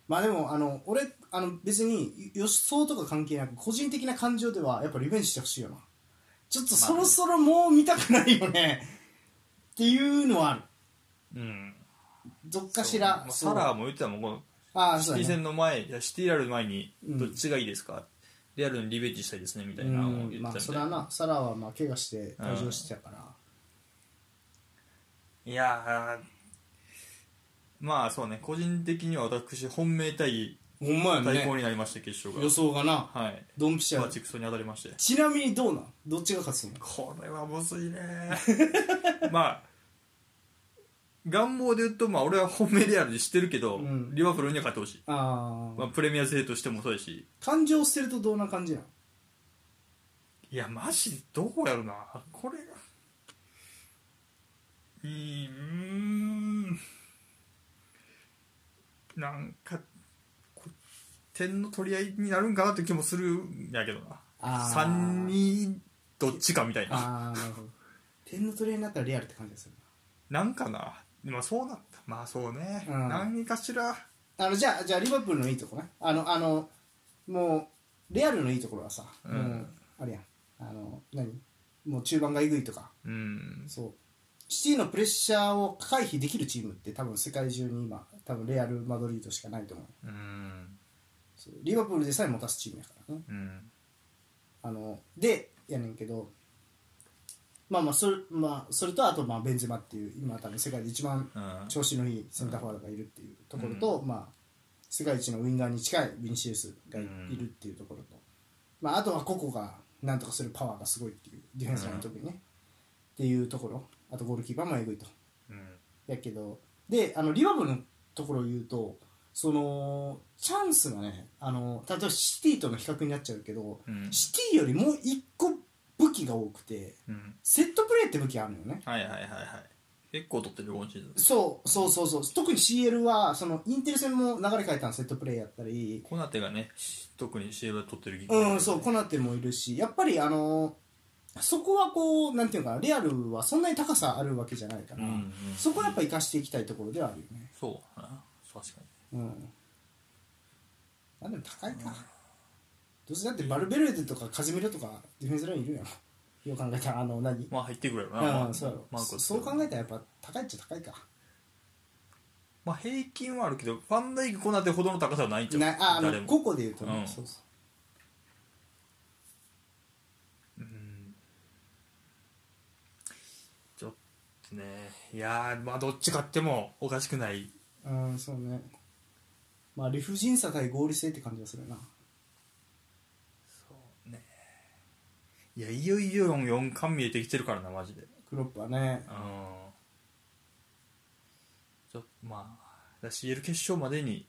[SPEAKER 1] まあでもあの俺あの別に予想とか関係なく個人的な感情ではやっぱリベンジしてほしいよなちょっとそろそろもう見たくないよねっていうのはある
[SPEAKER 2] うん
[SPEAKER 1] どっかしら
[SPEAKER 2] まあ
[SPEAKER 1] そう
[SPEAKER 2] サラーも言ってたもんこの
[SPEAKER 1] ああ
[SPEAKER 2] シ
[SPEAKER 1] そ
[SPEAKER 2] テ
[SPEAKER 1] う
[SPEAKER 2] ィ
[SPEAKER 1] だね
[SPEAKER 2] 戦の前、いやシティラルの前に
[SPEAKER 1] うん
[SPEAKER 2] どっちがいいですか、レアルにリベンジしたいですねみた
[SPEAKER 1] う
[SPEAKER 2] いなのを言
[SPEAKER 1] ん
[SPEAKER 2] ってたみ
[SPEAKER 1] まあ
[SPEAKER 2] たい
[SPEAKER 1] それはなサラはまあ怪我して退場してたから
[SPEAKER 2] いやーまあそうね個人的には私本命対
[SPEAKER 1] ほんま
[SPEAKER 2] 対抗になりました、決勝が
[SPEAKER 1] 想がな
[SPEAKER 2] はい
[SPEAKER 1] ドンピシ
[SPEAKER 2] バチクソに当たりまして
[SPEAKER 1] ちなみにどうなんどっちが勝つの
[SPEAKER 2] これはむずいね まあ願望で言うとまあ俺は本命レアルにしてるけど、
[SPEAKER 1] うん
[SPEAKER 2] リバプールには勝ってほしい、
[SPEAKER 1] ああ、
[SPEAKER 2] まあ、プレミア勢としてもそうやし
[SPEAKER 1] 感情を捨てるとどんな感じなの
[SPEAKER 2] いやマジどうやろなこれがうーんなんかこ点の取り合いになるんかなって気もするんやけどな
[SPEAKER 1] あー
[SPEAKER 2] 3人どっちかみたいな
[SPEAKER 1] ああなるほど点の取り合いになったらレアルって感じがする
[SPEAKER 2] なんかなまあそうなったまあそうね、
[SPEAKER 1] うん
[SPEAKER 2] 何かしら
[SPEAKER 1] なあのじゃあじゃあリバプールのいいとこねあのあのもうレアルのいいところはさ、
[SPEAKER 2] うん
[SPEAKER 1] もうあれやんあの何もう中盤がえぐいとか
[SPEAKER 2] うん
[SPEAKER 1] そうシティのプレッシャーを回避できるチームって多分世界中に今多分レアル・マドリードしかないと思う
[SPEAKER 2] うん
[SPEAKER 1] そうリバプールでさえ持たすチームやからね
[SPEAKER 2] うん
[SPEAKER 1] あのでやねんけどまあまあそれ,、まあ、それとあとまあベンゼマっていう今多分世界で一番
[SPEAKER 2] うん
[SPEAKER 1] 調子のいいセンターフォワードがいるっていうところと、まあ、世界一のウィンガーに近いヴィニシウスがい
[SPEAKER 2] うん
[SPEAKER 1] いるっていうところと、まあ、あとは個々がなんとかするパワーがすごいっていうディフェンスライン特にね、っていうところあとゴールキーパーもえぐいと
[SPEAKER 2] うん
[SPEAKER 1] やけどであのリバブルのところを言うとそのチャンスがねあの例えばシティとの比較になっちゃうけど、
[SPEAKER 2] うん
[SPEAKER 1] シティよりもう一個武器が多くて
[SPEAKER 2] うん
[SPEAKER 1] セットプレーって武器あるのよね
[SPEAKER 2] はいはいはいはい結構取ってる今シーズン
[SPEAKER 1] そうそうそうそう特に CL はそのインテル戦も流れ変えたのセットプレーやったり
[SPEAKER 2] コナテがねし特に CL 取ってる気
[SPEAKER 1] うんそうコナテもいるしやっぱりあのそこはこうなんていうのかなレアルはそんなに高さあるわけじゃないから、
[SPEAKER 2] うんうん
[SPEAKER 1] そこはやっぱ生かしていきたいところではあるよね
[SPEAKER 2] そうだな確かに
[SPEAKER 1] うんあでも高いか、どうせだってバルベルデとかカゼミロとかディフェンスラインいるやんよう考えたらあの何
[SPEAKER 2] まあ入ってくれるな、
[SPEAKER 1] うん
[SPEAKER 2] まあ
[SPEAKER 1] そうやろ
[SPEAKER 2] マー
[SPEAKER 1] そ
[SPEAKER 2] ク
[SPEAKER 1] そう考えたらやっぱ高いっちゃ高いか
[SPEAKER 2] まあ平均はあるけどファンダイクコナテほどの高さはないんちゃう
[SPEAKER 1] なああ
[SPEAKER 2] 誰
[SPEAKER 1] の
[SPEAKER 2] も
[SPEAKER 1] 個々で言うとね、
[SPEAKER 2] うん
[SPEAKER 1] そうそう
[SPEAKER 2] うんちょっとねいやーまあどっち勝ってもおかしくない
[SPEAKER 1] うんそうねまあ理不尽さ対合理性って感じがするな
[SPEAKER 2] そうねいやいよいよ4冠見えてきてるからなマジで
[SPEAKER 1] クロップはね
[SPEAKER 2] うんちょまあ CL 決勝までに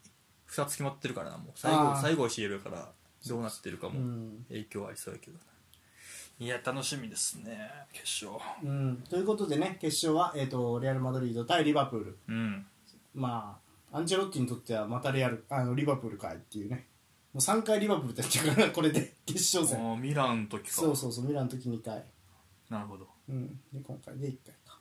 [SPEAKER 2] 2つ決まってるからなもう最
[SPEAKER 1] あ
[SPEAKER 2] 後
[SPEAKER 1] ー
[SPEAKER 2] 最後は CL やからどうなってるか
[SPEAKER 1] う
[SPEAKER 2] も
[SPEAKER 1] ん、
[SPEAKER 2] 影響ありそうやけどないや楽しみですね決勝
[SPEAKER 1] うん、ということでね決勝は、えー、とレアル・マドリード対リバプール
[SPEAKER 2] うん
[SPEAKER 1] まあアンチェロッティにとってはまたレアルあのリバプールかいっていうねもう3回リバプールとやってるからこ れで決勝戦
[SPEAKER 2] あーミランの時か
[SPEAKER 1] そうそうそうミランの時2回、
[SPEAKER 2] なるほど
[SPEAKER 1] うん、で今回で1回か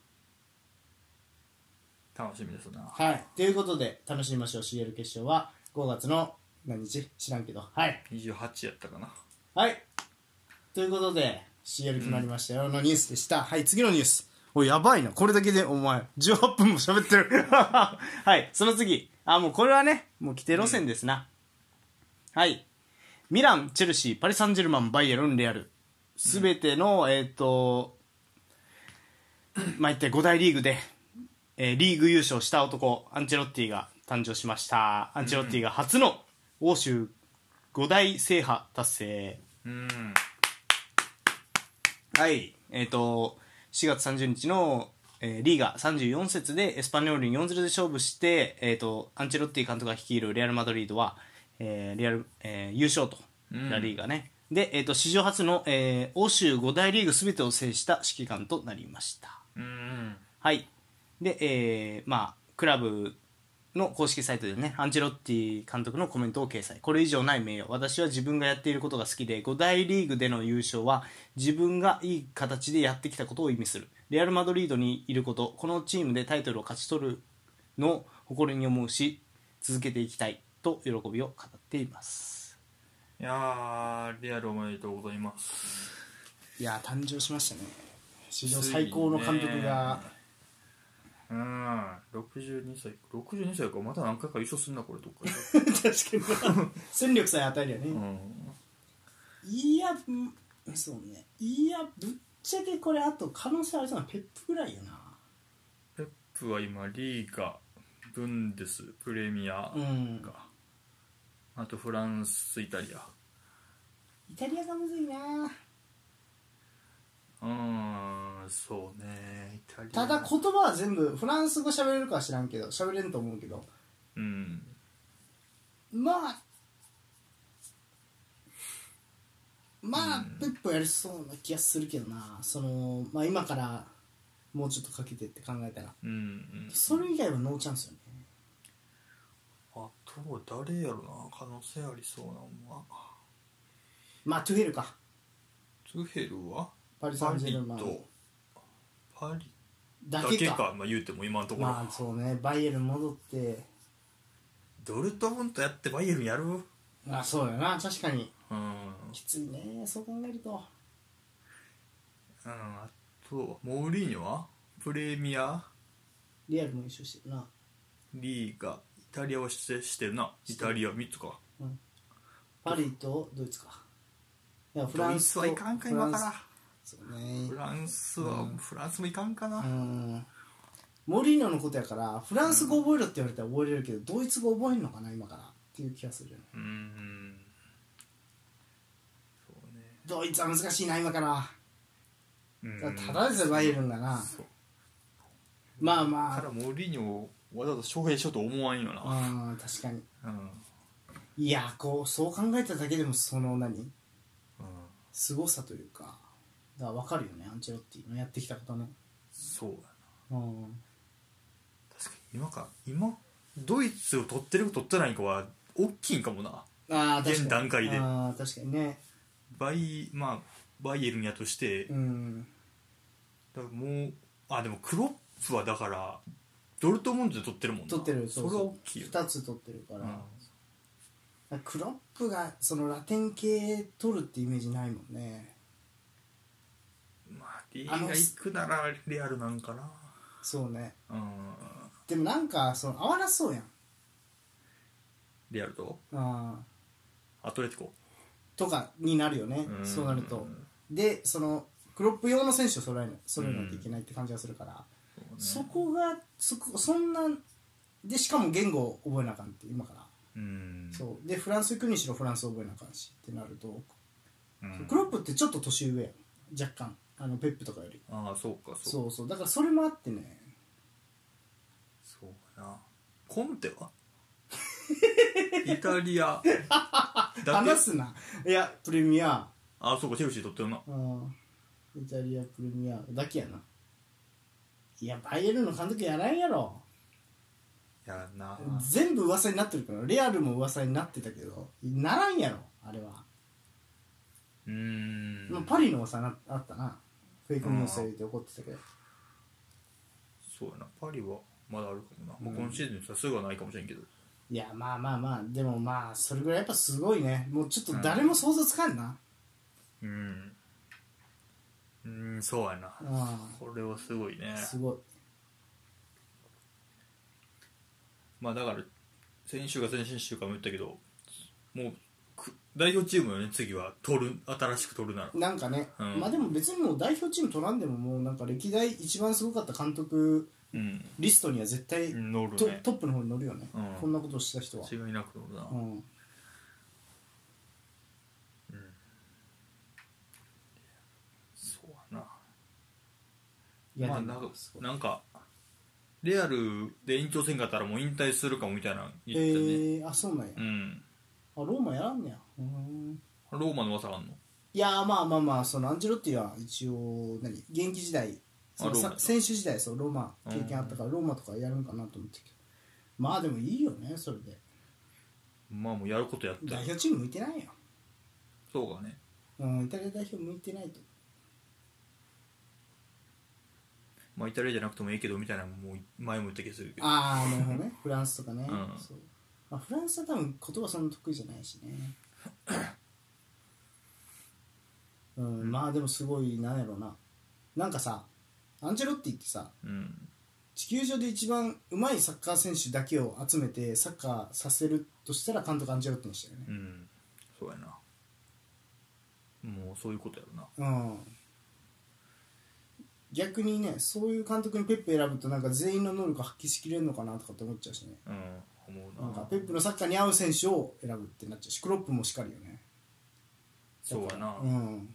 [SPEAKER 2] 楽しみですな
[SPEAKER 1] はいということで楽しみましょう CL 決勝は5月の何日知らんけどはい
[SPEAKER 2] 28やったかな
[SPEAKER 1] はい。ということで、CL 決まりましたよのニュースでした。はい、次のニュース。おい、やばいな。これだけで、お前、18分も喋ってる。 はい、その次。あ、もうこれはね、もう規定路線ですな。はい。ミラン、チェルシー、パリ・サンジェルマン、バイエルン、レアル。すべての、えっ、と、まあ、一体5大リーグで、えーリーグ優勝した男、アンチェロッティが誕生しました。アンチェロッティが初の欧州5大制覇達成。
[SPEAKER 2] うん
[SPEAKER 1] はい、えっ、と、4月30日の、えーリーガ34節でエスパニョールに4-0で勝負して、えっ、と、アンチェロッティ監督が率いるレアル・マドリードは、えーレアル、えー優勝と、
[SPEAKER 2] うん
[SPEAKER 1] ラリーガね。で、えっ、と、史上初の、えー欧州5大リーグ全てを制した指揮官となりました。
[SPEAKER 2] うん
[SPEAKER 1] はい。で、えーまあ、クラブの公式サイトでね、アンチェロッティ監督のコメントを掲載。これ以上ない名誉。私は自分がやっていることが好きで、5大リーグでの優勝は、自分がいい形でやってきたことを意味する。レアル・マドリードにいること、このチームでタイトルを勝ち取るのを誇りに思うし、続けていきたいと喜びを語っています。
[SPEAKER 2] いやーリアルおめでとうございます
[SPEAKER 1] いやー、誕生しましたね。史上最高の監督が、
[SPEAKER 2] うん62歳62歳かまた何回か優勝すんなこれどっ かで
[SPEAKER 1] 確かに戦力さえ与えるよね。
[SPEAKER 2] うん
[SPEAKER 1] いや、うんそうね。いや、ぶっちゃけこれ、あと可能性ありそうなペップぐらいよな。
[SPEAKER 2] ペップは今リーガブンデスプレミア
[SPEAKER 1] う
[SPEAKER 2] が、
[SPEAKER 1] ん。
[SPEAKER 2] あとフランスイタリア
[SPEAKER 1] イタリアがむずいな。
[SPEAKER 2] うーんそうねイタリア
[SPEAKER 1] ただ言葉は全部、フランス語喋れるかは知らんけど、喋れんと思うけど。
[SPEAKER 2] うん
[SPEAKER 1] まあ、まあ、ペップやりそうな気がするけどな。その、まあ今からもうちょっとかけてって考えたら。
[SPEAKER 2] うんうん
[SPEAKER 1] それ以外はノーチャンスよね。
[SPEAKER 2] あとは誰やろな可能性ありそうなのは
[SPEAKER 1] まあ、トゥヘルか。
[SPEAKER 2] トゥヘルは
[SPEAKER 1] パリ・サ
[SPEAKER 2] パ
[SPEAKER 1] ンジェ
[SPEAKER 2] リ
[SPEAKER 1] ルマン
[SPEAKER 2] とパリ
[SPEAKER 1] だ
[SPEAKER 2] だ
[SPEAKER 1] けか。
[SPEAKER 2] けか、まあ、言うても今のところ、
[SPEAKER 1] まあそうね、バイエルン戻って。
[SPEAKER 2] ドルトムントやってバイエルンやるうん
[SPEAKER 1] まあそうだな確かにきついねそう考えると
[SPEAKER 2] うんあとモーリーニョはプレミア
[SPEAKER 1] リアルも優勝してるな
[SPEAKER 2] リーガイタリアは出演してるなイタリア3つか
[SPEAKER 1] パリとドイツかいやフランスと
[SPEAKER 2] ドイツはいかんか今
[SPEAKER 1] フ
[SPEAKER 2] か
[SPEAKER 1] ラン
[SPEAKER 2] ら
[SPEAKER 1] スそうね
[SPEAKER 2] フランスは、フランスもいかんかな、
[SPEAKER 1] うんモリーノのことやからフランス語覚えろって言われたら覚えれるけどドイツ語覚えんのかな今からっていう気がするよね
[SPEAKER 2] うーんそうね
[SPEAKER 1] ドイツは難しいな今から
[SPEAKER 2] うん
[SPEAKER 1] だからただでさえバイエルンだな
[SPEAKER 2] そう
[SPEAKER 1] まあ
[SPEAKER 2] か
[SPEAKER 1] ま
[SPEAKER 2] らモーリーニョをわざわざ招聘しようと思わんよな、
[SPEAKER 1] あうん確かに
[SPEAKER 2] うん
[SPEAKER 1] いやこうそう考えただけでもその何
[SPEAKER 2] うん
[SPEAKER 1] すごさというかだから分かるよねアンチェロッティのやってきたことね
[SPEAKER 2] そうやな
[SPEAKER 1] うん
[SPEAKER 2] 確かに今か今ドイツを取ってるか取ってないかは大きいんかもな
[SPEAKER 1] ああ確かに
[SPEAKER 2] 現段階で
[SPEAKER 1] ああ確かにね
[SPEAKER 2] バイまあバイエルンやとして、
[SPEAKER 1] う
[SPEAKER 2] だ
[SPEAKER 1] ん
[SPEAKER 2] からもうあでもクロップはだからドルトムントで取ってるもんな
[SPEAKER 1] 取ってる
[SPEAKER 2] そうれは
[SPEAKER 1] う
[SPEAKER 2] 大きいよ
[SPEAKER 1] 2つ取ってるから、
[SPEAKER 2] うん
[SPEAKER 1] だからクロップがそのラテン系取るってイメージないもんね
[SPEAKER 2] まあリー
[SPEAKER 1] あの
[SPEAKER 2] が行くならレアルなんかな
[SPEAKER 1] そうね
[SPEAKER 2] うん
[SPEAKER 1] でもなんかその合わなそうやん
[SPEAKER 2] レアルと
[SPEAKER 1] あー
[SPEAKER 2] アトレティコ
[SPEAKER 1] とかになるよね
[SPEAKER 2] うん
[SPEAKER 1] そうなるとでそのクロップ用の選手を揃えな揃えなきゃいけないって感じがするから、そこがそこそんなでしかも言語を覚えなあかんって今から、
[SPEAKER 2] うん
[SPEAKER 1] そうでフランス行くにしろフランスを覚えなあかんしってなると、
[SPEAKER 2] うん
[SPEAKER 1] クロップってちょっと年上やん若干あのペップとかより
[SPEAKER 2] ああそうかそう
[SPEAKER 1] そうそうだからそれもあってね
[SPEAKER 2] そうかなコンテはイタ リアだけ
[SPEAKER 1] 話すないやプレミア、
[SPEAKER 2] あそうかチェルシー取ってるな
[SPEAKER 1] うん、イタリアプレミアだけやないやバイエルンの監督やらんやろ
[SPEAKER 2] やらんな
[SPEAKER 1] 全部噂になってるからレアルも噂になってたけどならんやろあれは、
[SPEAKER 2] うーん
[SPEAKER 1] まあパリの噂なあったなフェイクニュースで怒ってたけど
[SPEAKER 2] そうやなパリはまだあるかもな、まあ、今シーズンさすぐはないかもしれんけど
[SPEAKER 1] いやまあまあまあでもまあそれぐらいやっぱすごいねもうちょっと誰も想像つかんな、
[SPEAKER 2] うんうーんそうやな
[SPEAKER 1] う
[SPEAKER 2] これはすごいね
[SPEAKER 1] ん、すごい
[SPEAKER 2] まあだから先週か先々週かも言ったけどもうく代表チームよね次は取る新しく取るなら
[SPEAKER 1] なんかね、
[SPEAKER 2] うん
[SPEAKER 1] まあでも別にもう代表チーム取らんでももうなんか歴代一番すごかった監督
[SPEAKER 2] うん
[SPEAKER 1] リストには絶対
[SPEAKER 2] 乗る
[SPEAKER 1] ト,、
[SPEAKER 2] ね
[SPEAKER 1] トップの方に乗るよね、
[SPEAKER 2] うん
[SPEAKER 1] こんなことをした人は、
[SPEAKER 2] 違いなく乗るな、
[SPEAKER 1] うん、
[SPEAKER 2] そうやない
[SPEAKER 1] や
[SPEAKER 2] まあ
[SPEAKER 1] で
[SPEAKER 2] なん
[SPEAKER 1] も
[SPEAKER 2] かなんかレアルで延長戦かったらもう引退するかもみたいなの
[SPEAKER 1] え
[SPEAKER 2] 言ってたね、
[SPEAKER 1] ー、あそうなんや、
[SPEAKER 2] うん
[SPEAKER 1] あローマやらんねやうん
[SPEAKER 2] ローマの噂があんの
[SPEAKER 1] いやーまあまあまあそのアンジェロッティは一応何現役時代その
[SPEAKER 2] ローマ
[SPEAKER 1] さ
[SPEAKER 2] だ
[SPEAKER 1] 選手時代そうローマ経験あったからローマとかやるんかなと思ってたけどまあでもいいよねそれで
[SPEAKER 2] まあもうやることやった
[SPEAKER 1] 代表チーム向いてないよ、
[SPEAKER 2] そうかね
[SPEAKER 1] うん、イタリア代表向いてないと
[SPEAKER 2] まあイタリアじゃなくてもいいけどみたいなのもう前も言った気がするけど
[SPEAKER 1] ああなるほどねフランスとかね、
[SPEAKER 2] うん
[SPEAKER 1] そうまあ、フランスは多分言葉そんな得意じゃないしねうんまあでもすごいなんやろうななんかさアンチェロッティってさ
[SPEAKER 2] うん
[SPEAKER 1] 地球上で一番うまいサッカー選手だけを集めてサッカーさせるとしたら監督アンチェロッティにしたよね
[SPEAKER 2] うんそうやなもうそういうことやろな
[SPEAKER 1] うん逆にねそういう監督にペップ選ぶとなんか全員の能力発揮しきれるのかなとかって思っちゃうしね
[SPEAKER 2] うん思うな
[SPEAKER 1] なんかペップのサッカーに合う選手を選ぶってなっちゃうしクロップもしかりよね
[SPEAKER 2] そうやな、
[SPEAKER 1] うん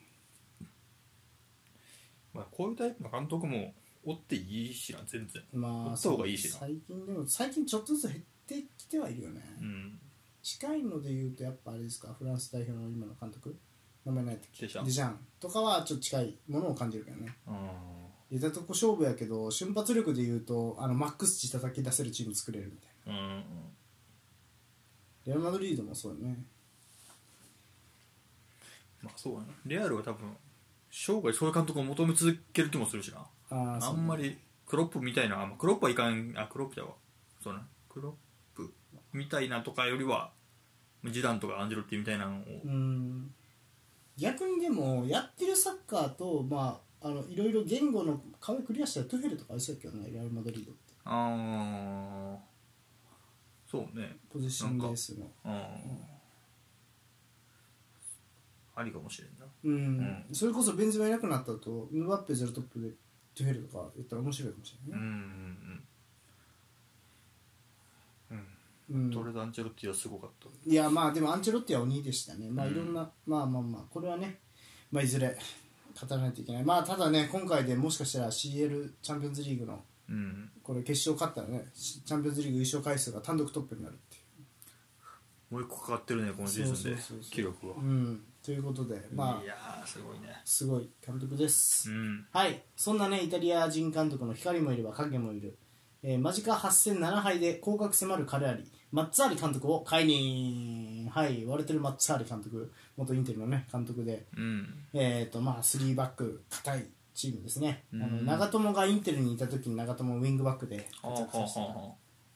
[SPEAKER 2] まあ、こういうタイプの監督もおっていいしな全然
[SPEAKER 1] まあ
[SPEAKER 2] そうがいいしな
[SPEAKER 1] 最近でも最近ちょっとずつ減ってきてはいるよね、
[SPEAKER 2] うん
[SPEAKER 1] 近いので言うとやっぱあれですかフランス代表の今の監督名前ないと
[SPEAKER 2] デシャン
[SPEAKER 1] デシャンとかはちょっと近いものを感じるけどね
[SPEAKER 2] う
[SPEAKER 1] 出
[SPEAKER 2] ん
[SPEAKER 1] たとこ勝負やけど瞬発力で言うとあのマックス値叩き出せるチーム作れるみたい
[SPEAKER 2] うん
[SPEAKER 1] なレアル・マドリードもそうよね
[SPEAKER 2] まあそうやなレアルは多分生涯そういう監督を求め続ける気もするしな
[SPEAKER 1] あー
[SPEAKER 2] あ
[SPEAKER 1] そうん
[SPEAKER 2] まりクロップみたいな、まあクロップはいかんあクロップだわそうねクロップみたいなとかよりはジダンとかアンジェロッティみたいなのを
[SPEAKER 1] うん逆にでもやってるサッカーとまああのいろいろ言語の壁クリアしたらトゥフェルとかありそうやけどねレアル・マドリードって
[SPEAKER 2] ああそうね
[SPEAKER 1] ポジションベースの
[SPEAKER 2] うん、あありかもしれんな
[SPEAKER 1] うん、それこそベンゼマいなくなったとムバッペゼロトップでトゥヘルとかやったら面白いかもしれ
[SPEAKER 2] う
[SPEAKER 1] ないね、
[SPEAKER 2] んうんうん
[SPEAKER 1] う
[SPEAKER 2] うんんトレダンチェロッティはすごかった
[SPEAKER 1] いやまあでもアンチェロッティは鬼でしたねまあ
[SPEAKER 2] うん
[SPEAKER 1] いろんな、まあまあまあこれはねまあいずれ語らないといけないまあただね今回でもしかしたら CL チャンピオンズリーグの
[SPEAKER 2] うん
[SPEAKER 1] これ決勝勝ったらねしチャンピオンズリーグ優勝回数が単独トップになるってい
[SPEAKER 2] もう一個かかってるねこのシーズンで
[SPEAKER 1] そうそうそうそう
[SPEAKER 2] 記録は
[SPEAKER 1] う、うん、ということでま
[SPEAKER 2] い
[SPEAKER 1] あ
[SPEAKER 2] やーすごいね
[SPEAKER 1] すごい監督です、
[SPEAKER 2] うん
[SPEAKER 1] はい、そんなねイタリア人監督の光もいれば影もいる、えー、間近8戦7敗で降格迫るカレアリマッツァーリ監督を解任はい割れてるマッツァーリ監督元インテルのね監督で
[SPEAKER 2] うん
[SPEAKER 1] えっ、とまあ3バック硬いチームですねあの
[SPEAKER 2] うん
[SPEAKER 1] 長友がインテルにいた時に長友ウィングバックで
[SPEAKER 2] はあ
[SPEAKER 1] 活躍させた
[SPEAKER 2] は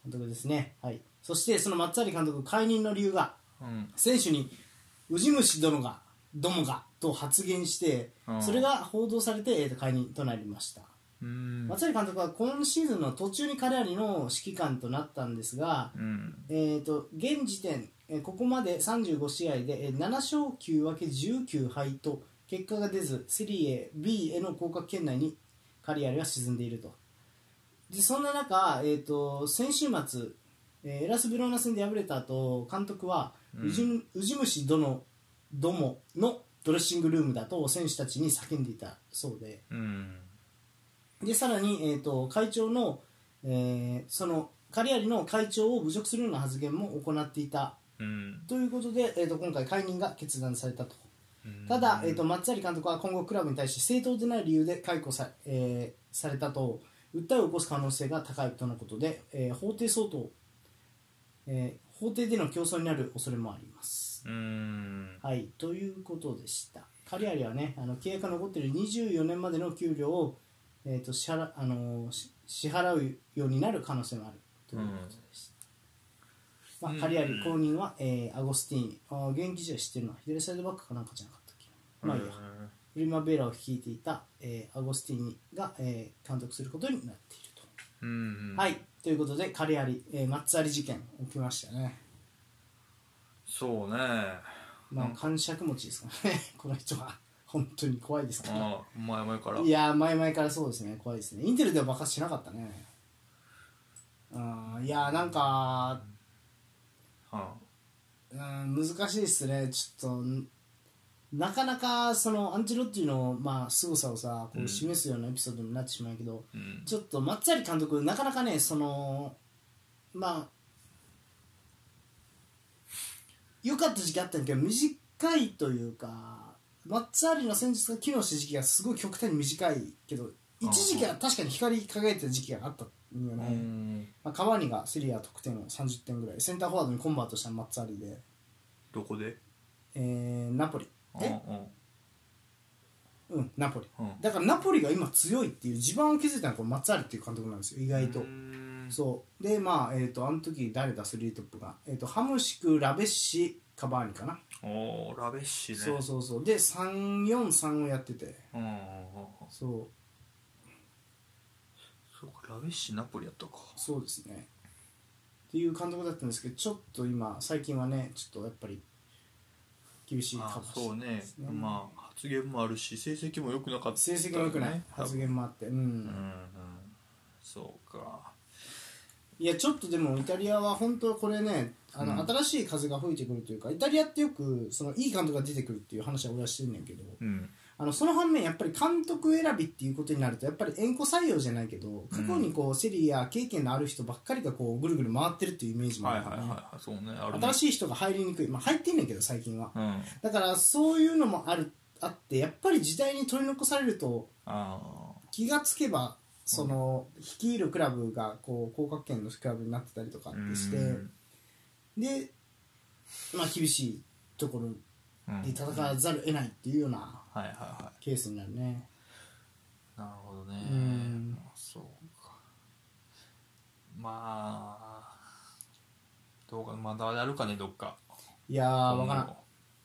[SPEAKER 1] 監督ですねはいそしてそのマッツァーリ監督解任の理由が
[SPEAKER 2] あはあうん
[SPEAKER 1] 選手に「ウジ虫殿がどもが」と発言して
[SPEAKER 2] うん
[SPEAKER 1] それが報道されて、えーと解任となりました
[SPEAKER 2] うん
[SPEAKER 1] 松井監督は今シーズンの途中に彼らの指揮官となったんですが、
[SPEAKER 2] うん
[SPEAKER 1] えー、と現時点、えーここまで35試合でえー7勝9分け19敗と結果が出ずセリエ B への降格圏内にカリアリは沈んでいるとでそんな中、えー、と先週末、えーエラス・ベローナ戦で敗れた後監督は、
[SPEAKER 2] うん
[SPEAKER 1] ウジムウジ虫殿どものドレッシングルームだと選手たちに叫んでいたそうで。
[SPEAKER 2] うん
[SPEAKER 1] でさらに、えー、と会長の、えーそのカリアリの会長を侮辱するような発言も行っていた
[SPEAKER 2] うん
[SPEAKER 1] ということで、えー、と今回解任が決断されたと
[SPEAKER 2] うん
[SPEAKER 1] ただ、えー、とマッツァリ監督は今後クラブに対して正当でない理由で解雇さ,、えーされたと訴えを起こす可能性が高いとのことで、えー法廷相当、えー法廷での競争になる恐れもあります
[SPEAKER 2] うん
[SPEAKER 1] はい、ということでした。カリアリはね、あの契約が残っている24年までの給料を、えー、と支払あのーし支払うようになる可能性もあるということでした。
[SPEAKER 2] うん
[SPEAKER 1] まあ、カリアリ公認は、えーアゴスティーン、あー現役時代知ってるのは左サイドバックかなんかじゃなかったっけまあいいや、プリマベーラを率いていた、えーアゴスティーニが、えー監督することになっていると。
[SPEAKER 2] うん
[SPEAKER 1] はい、ということで、カリアリ、えー、マッツァリ事件起きましたね。
[SPEAKER 2] そうね
[SPEAKER 1] まあ、感触持ちですからね、 この人は。本当に怖いですから。
[SPEAKER 2] ああ前々から
[SPEAKER 1] いやー前々からそうですね怖いですねインテルでは爆発しなかったねうんいやーなんか
[SPEAKER 2] は
[SPEAKER 1] うん難しいですねちょっとんなかなかそのアンチェロッティのまあ凄さをさこ
[SPEAKER 2] う
[SPEAKER 1] うん示すようなエピソードになってしまうけど、
[SPEAKER 2] あうん
[SPEAKER 1] ちょっと松有監督なかなかねそのまあ良かった時期あったんだけど短いというか松有の戦術が機能した時期がすごい極端に短いけど一時期は確かに光り輝いてた時期があったんよ
[SPEAKER 2] う
[SPEAKER 1] ね、
[SPEAKER 2] ん
[SPEAKER 1] まあ、カワニがセリア得点を30点ぐらいセンターフォワードにコンバートした松有で、
[SPEAKER 2] どこで
[SPEAKER 1] えー、ナポリえうんナポリ
[SPEAKER 2] うん
[SPEAKER 1] だからナポリが今強いっていう地盤を築いたのがこの松有っていう監督なんですよ意外と。
[SPEAKER 2] うん
[SPEAKER 1] そうでまあえっ、とあの時誰だスリートップが、えー、とハムシクラベッシカバーニかな、
[SPEAKER 2] おーラベッシね
[SPEAKER 1] そうそうそうで343をやってて
[SPEAKER 2] うんうんうんうん
[SPEAKER 1] そう
[SPEAKER 2] そうかラベッシナポリやったか
[SPEAKER 1] そうですねっていう監督だったんですけどちょっと今最近はねちょっとやっぱり厳しいか
[SPEAKER 2] あ
[SPEAKER 1] もしれ
[SPEAKER 2] そう
[SPEAKER 1] ない
[SPEAKER 2] ね
[SPEAKER 1] ですね
[SPEAKER 2] まあ発言もあるし成績も良くなかった
[SPEAKER 1] 成
[SPEAKER 2] よね
[SPEAKER 1] 績も良くない、発言もあってうん、
[SPEAKER 2] うんうんそうか
[SPEAKER 1] いやちょっとでもイタリアは本当これねあの、
[SPEAKER 2] うん
[SPEAKER 1] 新しい風が吹いてくるというかイタリアってよくそのいい監督が出てくるっていう話は俺はしてんねんけど、
[SPEAKER 2] うん
[SPEAKER 1] あのその反面やっぱり監督選びっていうことになるとやっぱり縁故採用じゃないけど過去にこうセリア経験のある人ばっかりがこうぐるぐる回ってるっていうイメージも
[SPEAKER 2] は
[SPEAKER 1] あ
[SPEAKER 2] い
[SPEAKER 1] る
[SPEAKER 2] はい
[SPEAKER 1] か
[SPEAKER 2] はい
[SPEAKER 1] らね
[SPEAKER 2] はいそうねあるね
[SPEAKER 1] 新しい人が入りにくい、まあ、入ってんねんけど最近は
[SPEAKER 2] うんあ
[SPEAKER 1] だからそういうのもあるあってやっぱり時代に取り残されると
[SPEAKER 2] あ
[SPEAKER 1] 気がつけばその率いるクラブがこう降格圏のクラブになってたりとかっ
[SPEAKER 2] ー
[SPEAKER 1] てして
[SPEAKER 2] うん
[SPEAKER 1] でまあ厳しいところ
[SPEAKER 2] うん
[SPEAKER 1] で戦わざるを得ないっていうような
[SPEAKER 2] はいはいは
[SPEAKER 1] ケースになるね
[SPEAKER 2] いなるほどね
[SPEAKER 1] うん
[SPEAKER 2] そうかまあどうかまだやるかねどっか
[SPEAKER 1] いやー分からん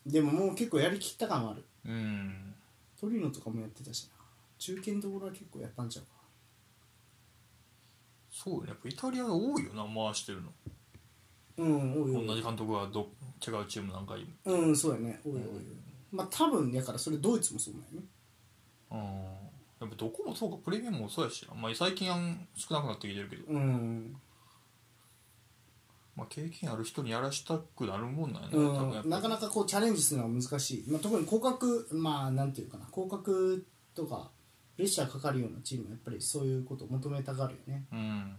[SPEAKER 1] でももう結構やりきった感はある
[SPEAKER 2] うん
[SPEAKER 1] トリノとかもやってたしな中堅のところは結構やったんちゃうか
[SPEAKER 2] そうねやっぱイタリアが多いよな回してるの
[SPEAKER 1] うんおいお
[SPEAKER 2] 同
[SPEAKER 1] い
[SPEAKER 2] じ監督がど違うチーム何回も
[SPEAKER 1] うんそうやねおいおいおいまあ多分やからそれドイツもそうだよね
[SPEAKER 2] うんやっぱどこもそうかプレミアムもそうやしな、まあ、最近は少なくなってきてるけど、
[SPEAKER 1] うん
[SPEAKER 2] まあ、経験ある人にやらしたくなるもんなんやな、多分やっ
[SPEAKER 1] う
[SPEAKER 2] ぱ
[SPEAKER 1] ん、なかなかこうチャレンジするのは難しい、まあ、特に降格まあなんていうかな降格とかプレッシャーかかるようなチームはやっぱりそういうことを求めたがるよね
[SPEAKER 2] うん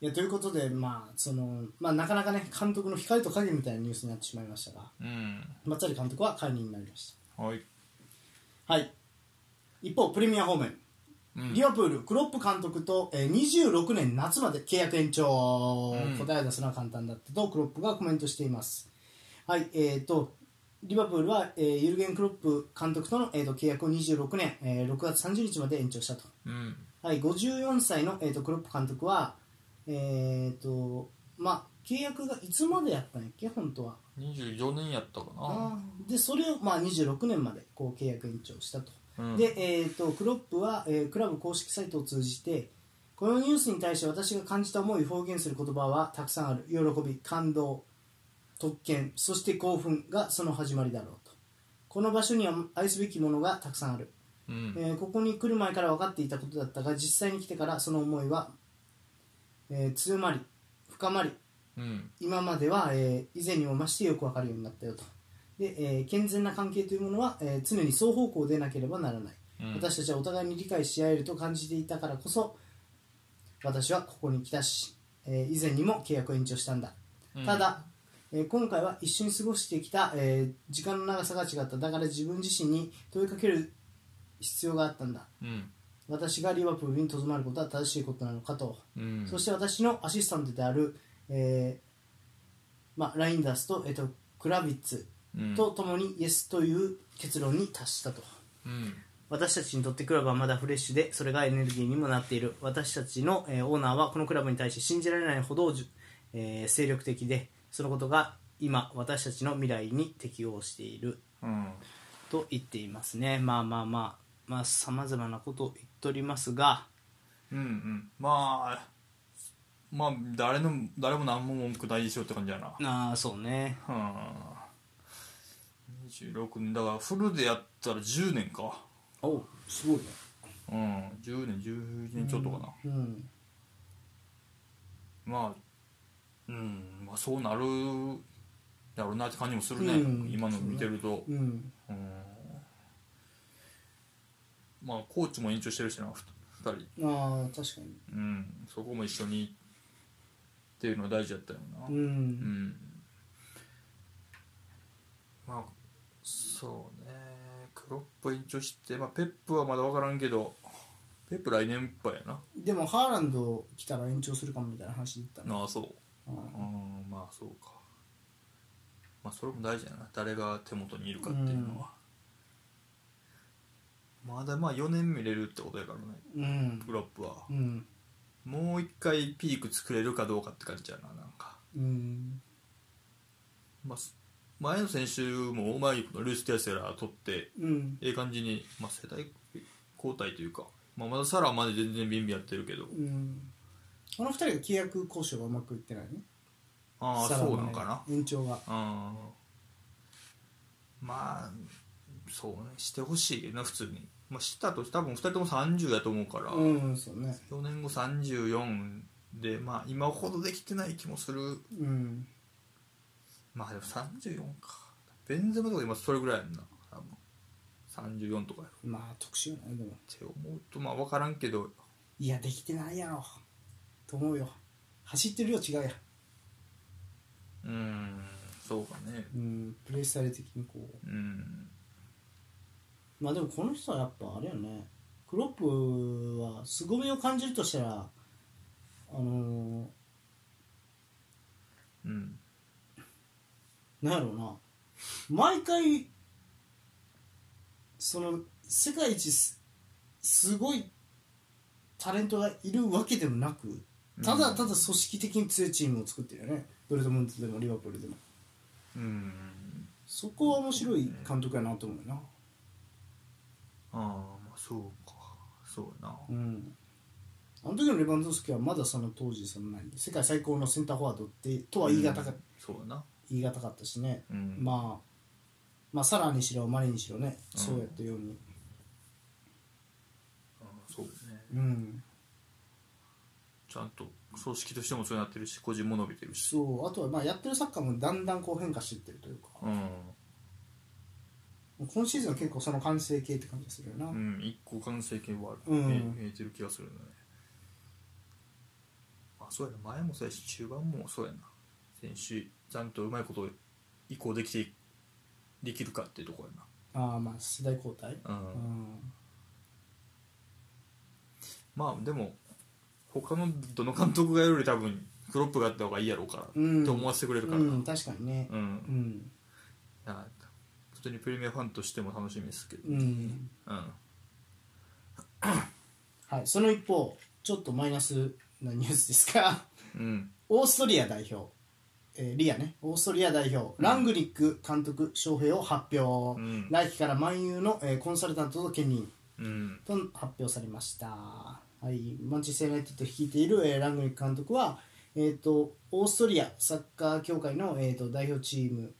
[SPEAKER 1] いやということで、まあそのまあ、なかなかね監督の光と影みたいなニュースになってしまいましたが
[SPEAKER 2] うん
[SPEAKER 1] 松崎監督は解任になりまし
[SPEAKER 2] はい、
[SPEAKER 1] たはい一方プレミア方面
[SPEAKER 2] うん、
[SPEAKER 1] リバプール、クロップ監督と、えー26年夏まで契約延長、
[SPEAKER 2] うん
[SPEAKER 1] 答えを出すのは簡単だったとクロップがコメントしています。はい、えー、とリバプールは、えーユルゲン・クロップ監督との、えー、と契約を26年、えー6月30日まで延長したと、
[SPEAKER 2] うん
[SPEAKER 1] はい、54歳の、えー、とクロップ監督は、えーとまあ、契約がいつまでやったんやっけ、本当は。
[SPEAKER 2] 24年やったかな
[SPEAKER 1] でそれを、まあ、26年までこう契約延長したと。
[SPEAKER 2] うん
[SPEAKER 1] で、えー、とクロップは、えークラブ公式サイトを通じてこのニュースに対して私が感じた思いを表現する言葉はたくさんある喜び感動特権そして興奮がその始まりだろうとこの場所には愛すべきものがたくさんある、
[SPEAKER 2] うん
[SPEAKER 1] えーここに来る前から分かっていたことだったが実際に来てからその思いは、えー強まり深まり
[SPEAKER 2] うん
[SPEAKER 1] 今までは、えー以前にも増してよく分かるようになったよとで、えー健全な関係というものは、えー常に双方向でなければならない、
[SPEAKER 2] うん
[SPEAKER 1] 私たちはお互いに理解し合えると感じていたからこそ私はここに来たし、えー以前にも契約を延長したんだ、
[SPEAKER 2] うん
[SPEAKER 1] ただ、えー今回は一緒に過ごしてきた、えー時間の長さが違っただから自分自身に問いかける必要があったんだ
[SPEAKER 2] うん
[SPEAKER 1] 私がリバプールにとどまることは正しいことなのかと
[SPEAKER 2] うん
[SPEAKER 1] そして私のアシスタントである、えーまあ、ラインダースと,、えっとクラビッツ
[SPEAKER 2] うん
[SPEAKER 1] と共にイエスという結論に達したと、
[SPEAKER 2] うん
[SPEAKER 1] 私たちにとってクラブはまだフレッシュでそれがエネルギーにもなっている私たちの、えーオーナーはこのクラブに対して信じられないほど、じゅえー精力的でそのことが今私たちの未来に適応している
[SPEAKER 2] うん
[SPEAKER 1] と言っていますねまあまあまあまあさまざまなことを言っておりますが
[SPEAKER 2] うんうんまあまあ誰の誰も何も文句ないでしょって感じやな
[SPEAKER 1] ああそうね
[SPEAKER 2] うん26年だからフルでやったら10年か
[SPEAKER 1] おすごいね
[SPEAKER 2] うん10年10年ちょっとかな、
[SPEAKER 1] うん
[SPEAKER 2] まあうんまあそうなるやろうなって感じもするね、
[SPEAKER 1] うん
[SPEAKER 2] 今の見てると、
[SPEAKER 1] うん
[SPEAKER 2] うんまあコーチも延長してるしな2人
[SPEAKER 1] ああ確かに
[SPEAKER 2] うんそこも一緒にっていうのは大事だったよな
[SPEAKER 1] うん、
[SPEAKER 2] うんまあそうねクロップ延長して、まあ、ペップはまだ分からんけどペップ来年いっぱいやな
[SPEAKER 1] でもハーランド来たら延長するかもみたいな話だったね
[SPEAKER 2] ああそう
[SPEAKER 1] うん
[SPEAKER 2] うんまあそうかまあそれも大事やな誰が手元にいるかっていうのは、まだまあ4年見れるってことやから
[SPEAKER 1] う
[SPEAKER 2] ね
[SPEAKER 1] ん
[SPEAKER 2] クロップは
[SPEAKER 1] うん
[SPEAKER 2] もう一回ピーク作れるかどうかって感じやななんか、
[SPEAKER 1] うん
[SPEAKER 2] まあ、す前の選手もうまいことルース・テアセラー取って
[SPEAKER 1] うん
[SPEAKER 2] ええ感じに、まあ、世代交代というか、まあ、まだサラはまで全然ビンビンやってるけど
[SPEAKER 1] うんこの二人が契約交渉がうまくいってないね
[SPEAKER 2] ああ
[SPEAKER 1] サラのね
[SPEAKER 2] そうなのかな
[SPEAKER 1] 延長が
[SPEAKER 2] うんまあそうねしてほしいよな普通に、まあ、したと多分2人とも30やと思うから、
[SPEAKER 1] うんそうね
[SPEAKER 2] 4年後34でまあ今ほどできてない気もする
[SPEAKER 1] うん
[SPEAKER 2] まあでも34かベンゼムとか今それぐらいやんな多分34とかやろっ
[SPEAKER 1] まあ特殊よねでも
[SPEAKER 2] て思うとまあ分からんけど
[SPEAKER 1] いやできてないやろと思うよ走ってる量違うや
[SPEAKER 2] うんそうかね
[SPEAKER 1] うんプレイスタイル的にこう
[SPEAKER 2] うん
[SPEAKER 1] まあでもこの人はやっぱあれよねクロップは凄みを感じるとしたらあの
[SPEAKER 2] うん
[SPEAKER 1] ー、なんやろうな毎回その世界一すすごいタレントがいるわけでもなくただただ組織的に強いチームを作ってるよねドルトムントでもリバプールでも
[SPEAKER 2] うん
[SPEAKER 1] そこは面白い監督やなと思うな
[SPEAKER 2] ああまあそうかそうやな
[SPEAKER 1] うんあの時のレバンドフスキはまだその当時その何世界最高のセンターフォワードってとは言い難か,、
[SPEAKER 2] うんそうやな
[SPEAKER 1] 言い難かったしね、
[SPEAKER 2] うん
[SPEAKER 1] まあまあサラにしろマリにしろね、そうやったように
[SPEAKER 2] そうね
[SPEAKER 1] うん
[SPEAKER 2] ちゃんと組織としてもそうなってるし個人も伸びてるし
[SPEAKER 1] そうあとはまあやってるサッカーもだんだんこう変化してってるというか
[SPEAKER 2] うん、
[SPEAKER 1] もう今シーズンは結構その完成形って感じがするよな、
[SPEAKER 2] うん、一個完成形はある、
[SPEAKER 1] うん
[SPEAKER 2] え見えてる気がするねあそうやな前もそうやし中盤もそうやな選手ちゃんとうまいこと移行できてできるかっていうところや
[SPEAKER 1] ああまあ世代交代
[SPEAKER 2] なうん
[SPEAKER 1] う、ん
[SPEAKER 2] まあでも他のどの監督がやるより多分クロップがあった方がいいやろうから、
[SPEAKER 1] うん
[SPEAKER 2] と思わせてくれるから
[SPEAKER 1] う
[SPEAKER 2] なうん
[SPEAKER 1] ん、確かにねう
[SPEAKER 2] い
[SPEAKER 1] ん
[SPEAKER 2] や普通にプレミアファンとしても楽しみですけど
[SPEAKER 1] うん、
[SPEAKER 2] うん
[SPEAKER 1] はいその一方ちょっとマイナスなニュースですが
[SPEAKER 2] うん
[SPEAKER 1] オーストリア代表、えーリアねオーストリア代表ラングニック監督招聘を発表、
[SPEAKER 2] うん
[SPEAKER 1] 来期から万有の、えーコンサルタントと兼任
[SPEAKER 2] うん
[SPEAKER 1] と発表されました、はい、マンチェスター・ユナイテッドを率いている、えーラングニック監督は、えー、とオーストリアサッカー協会の、えー、と代表チーム、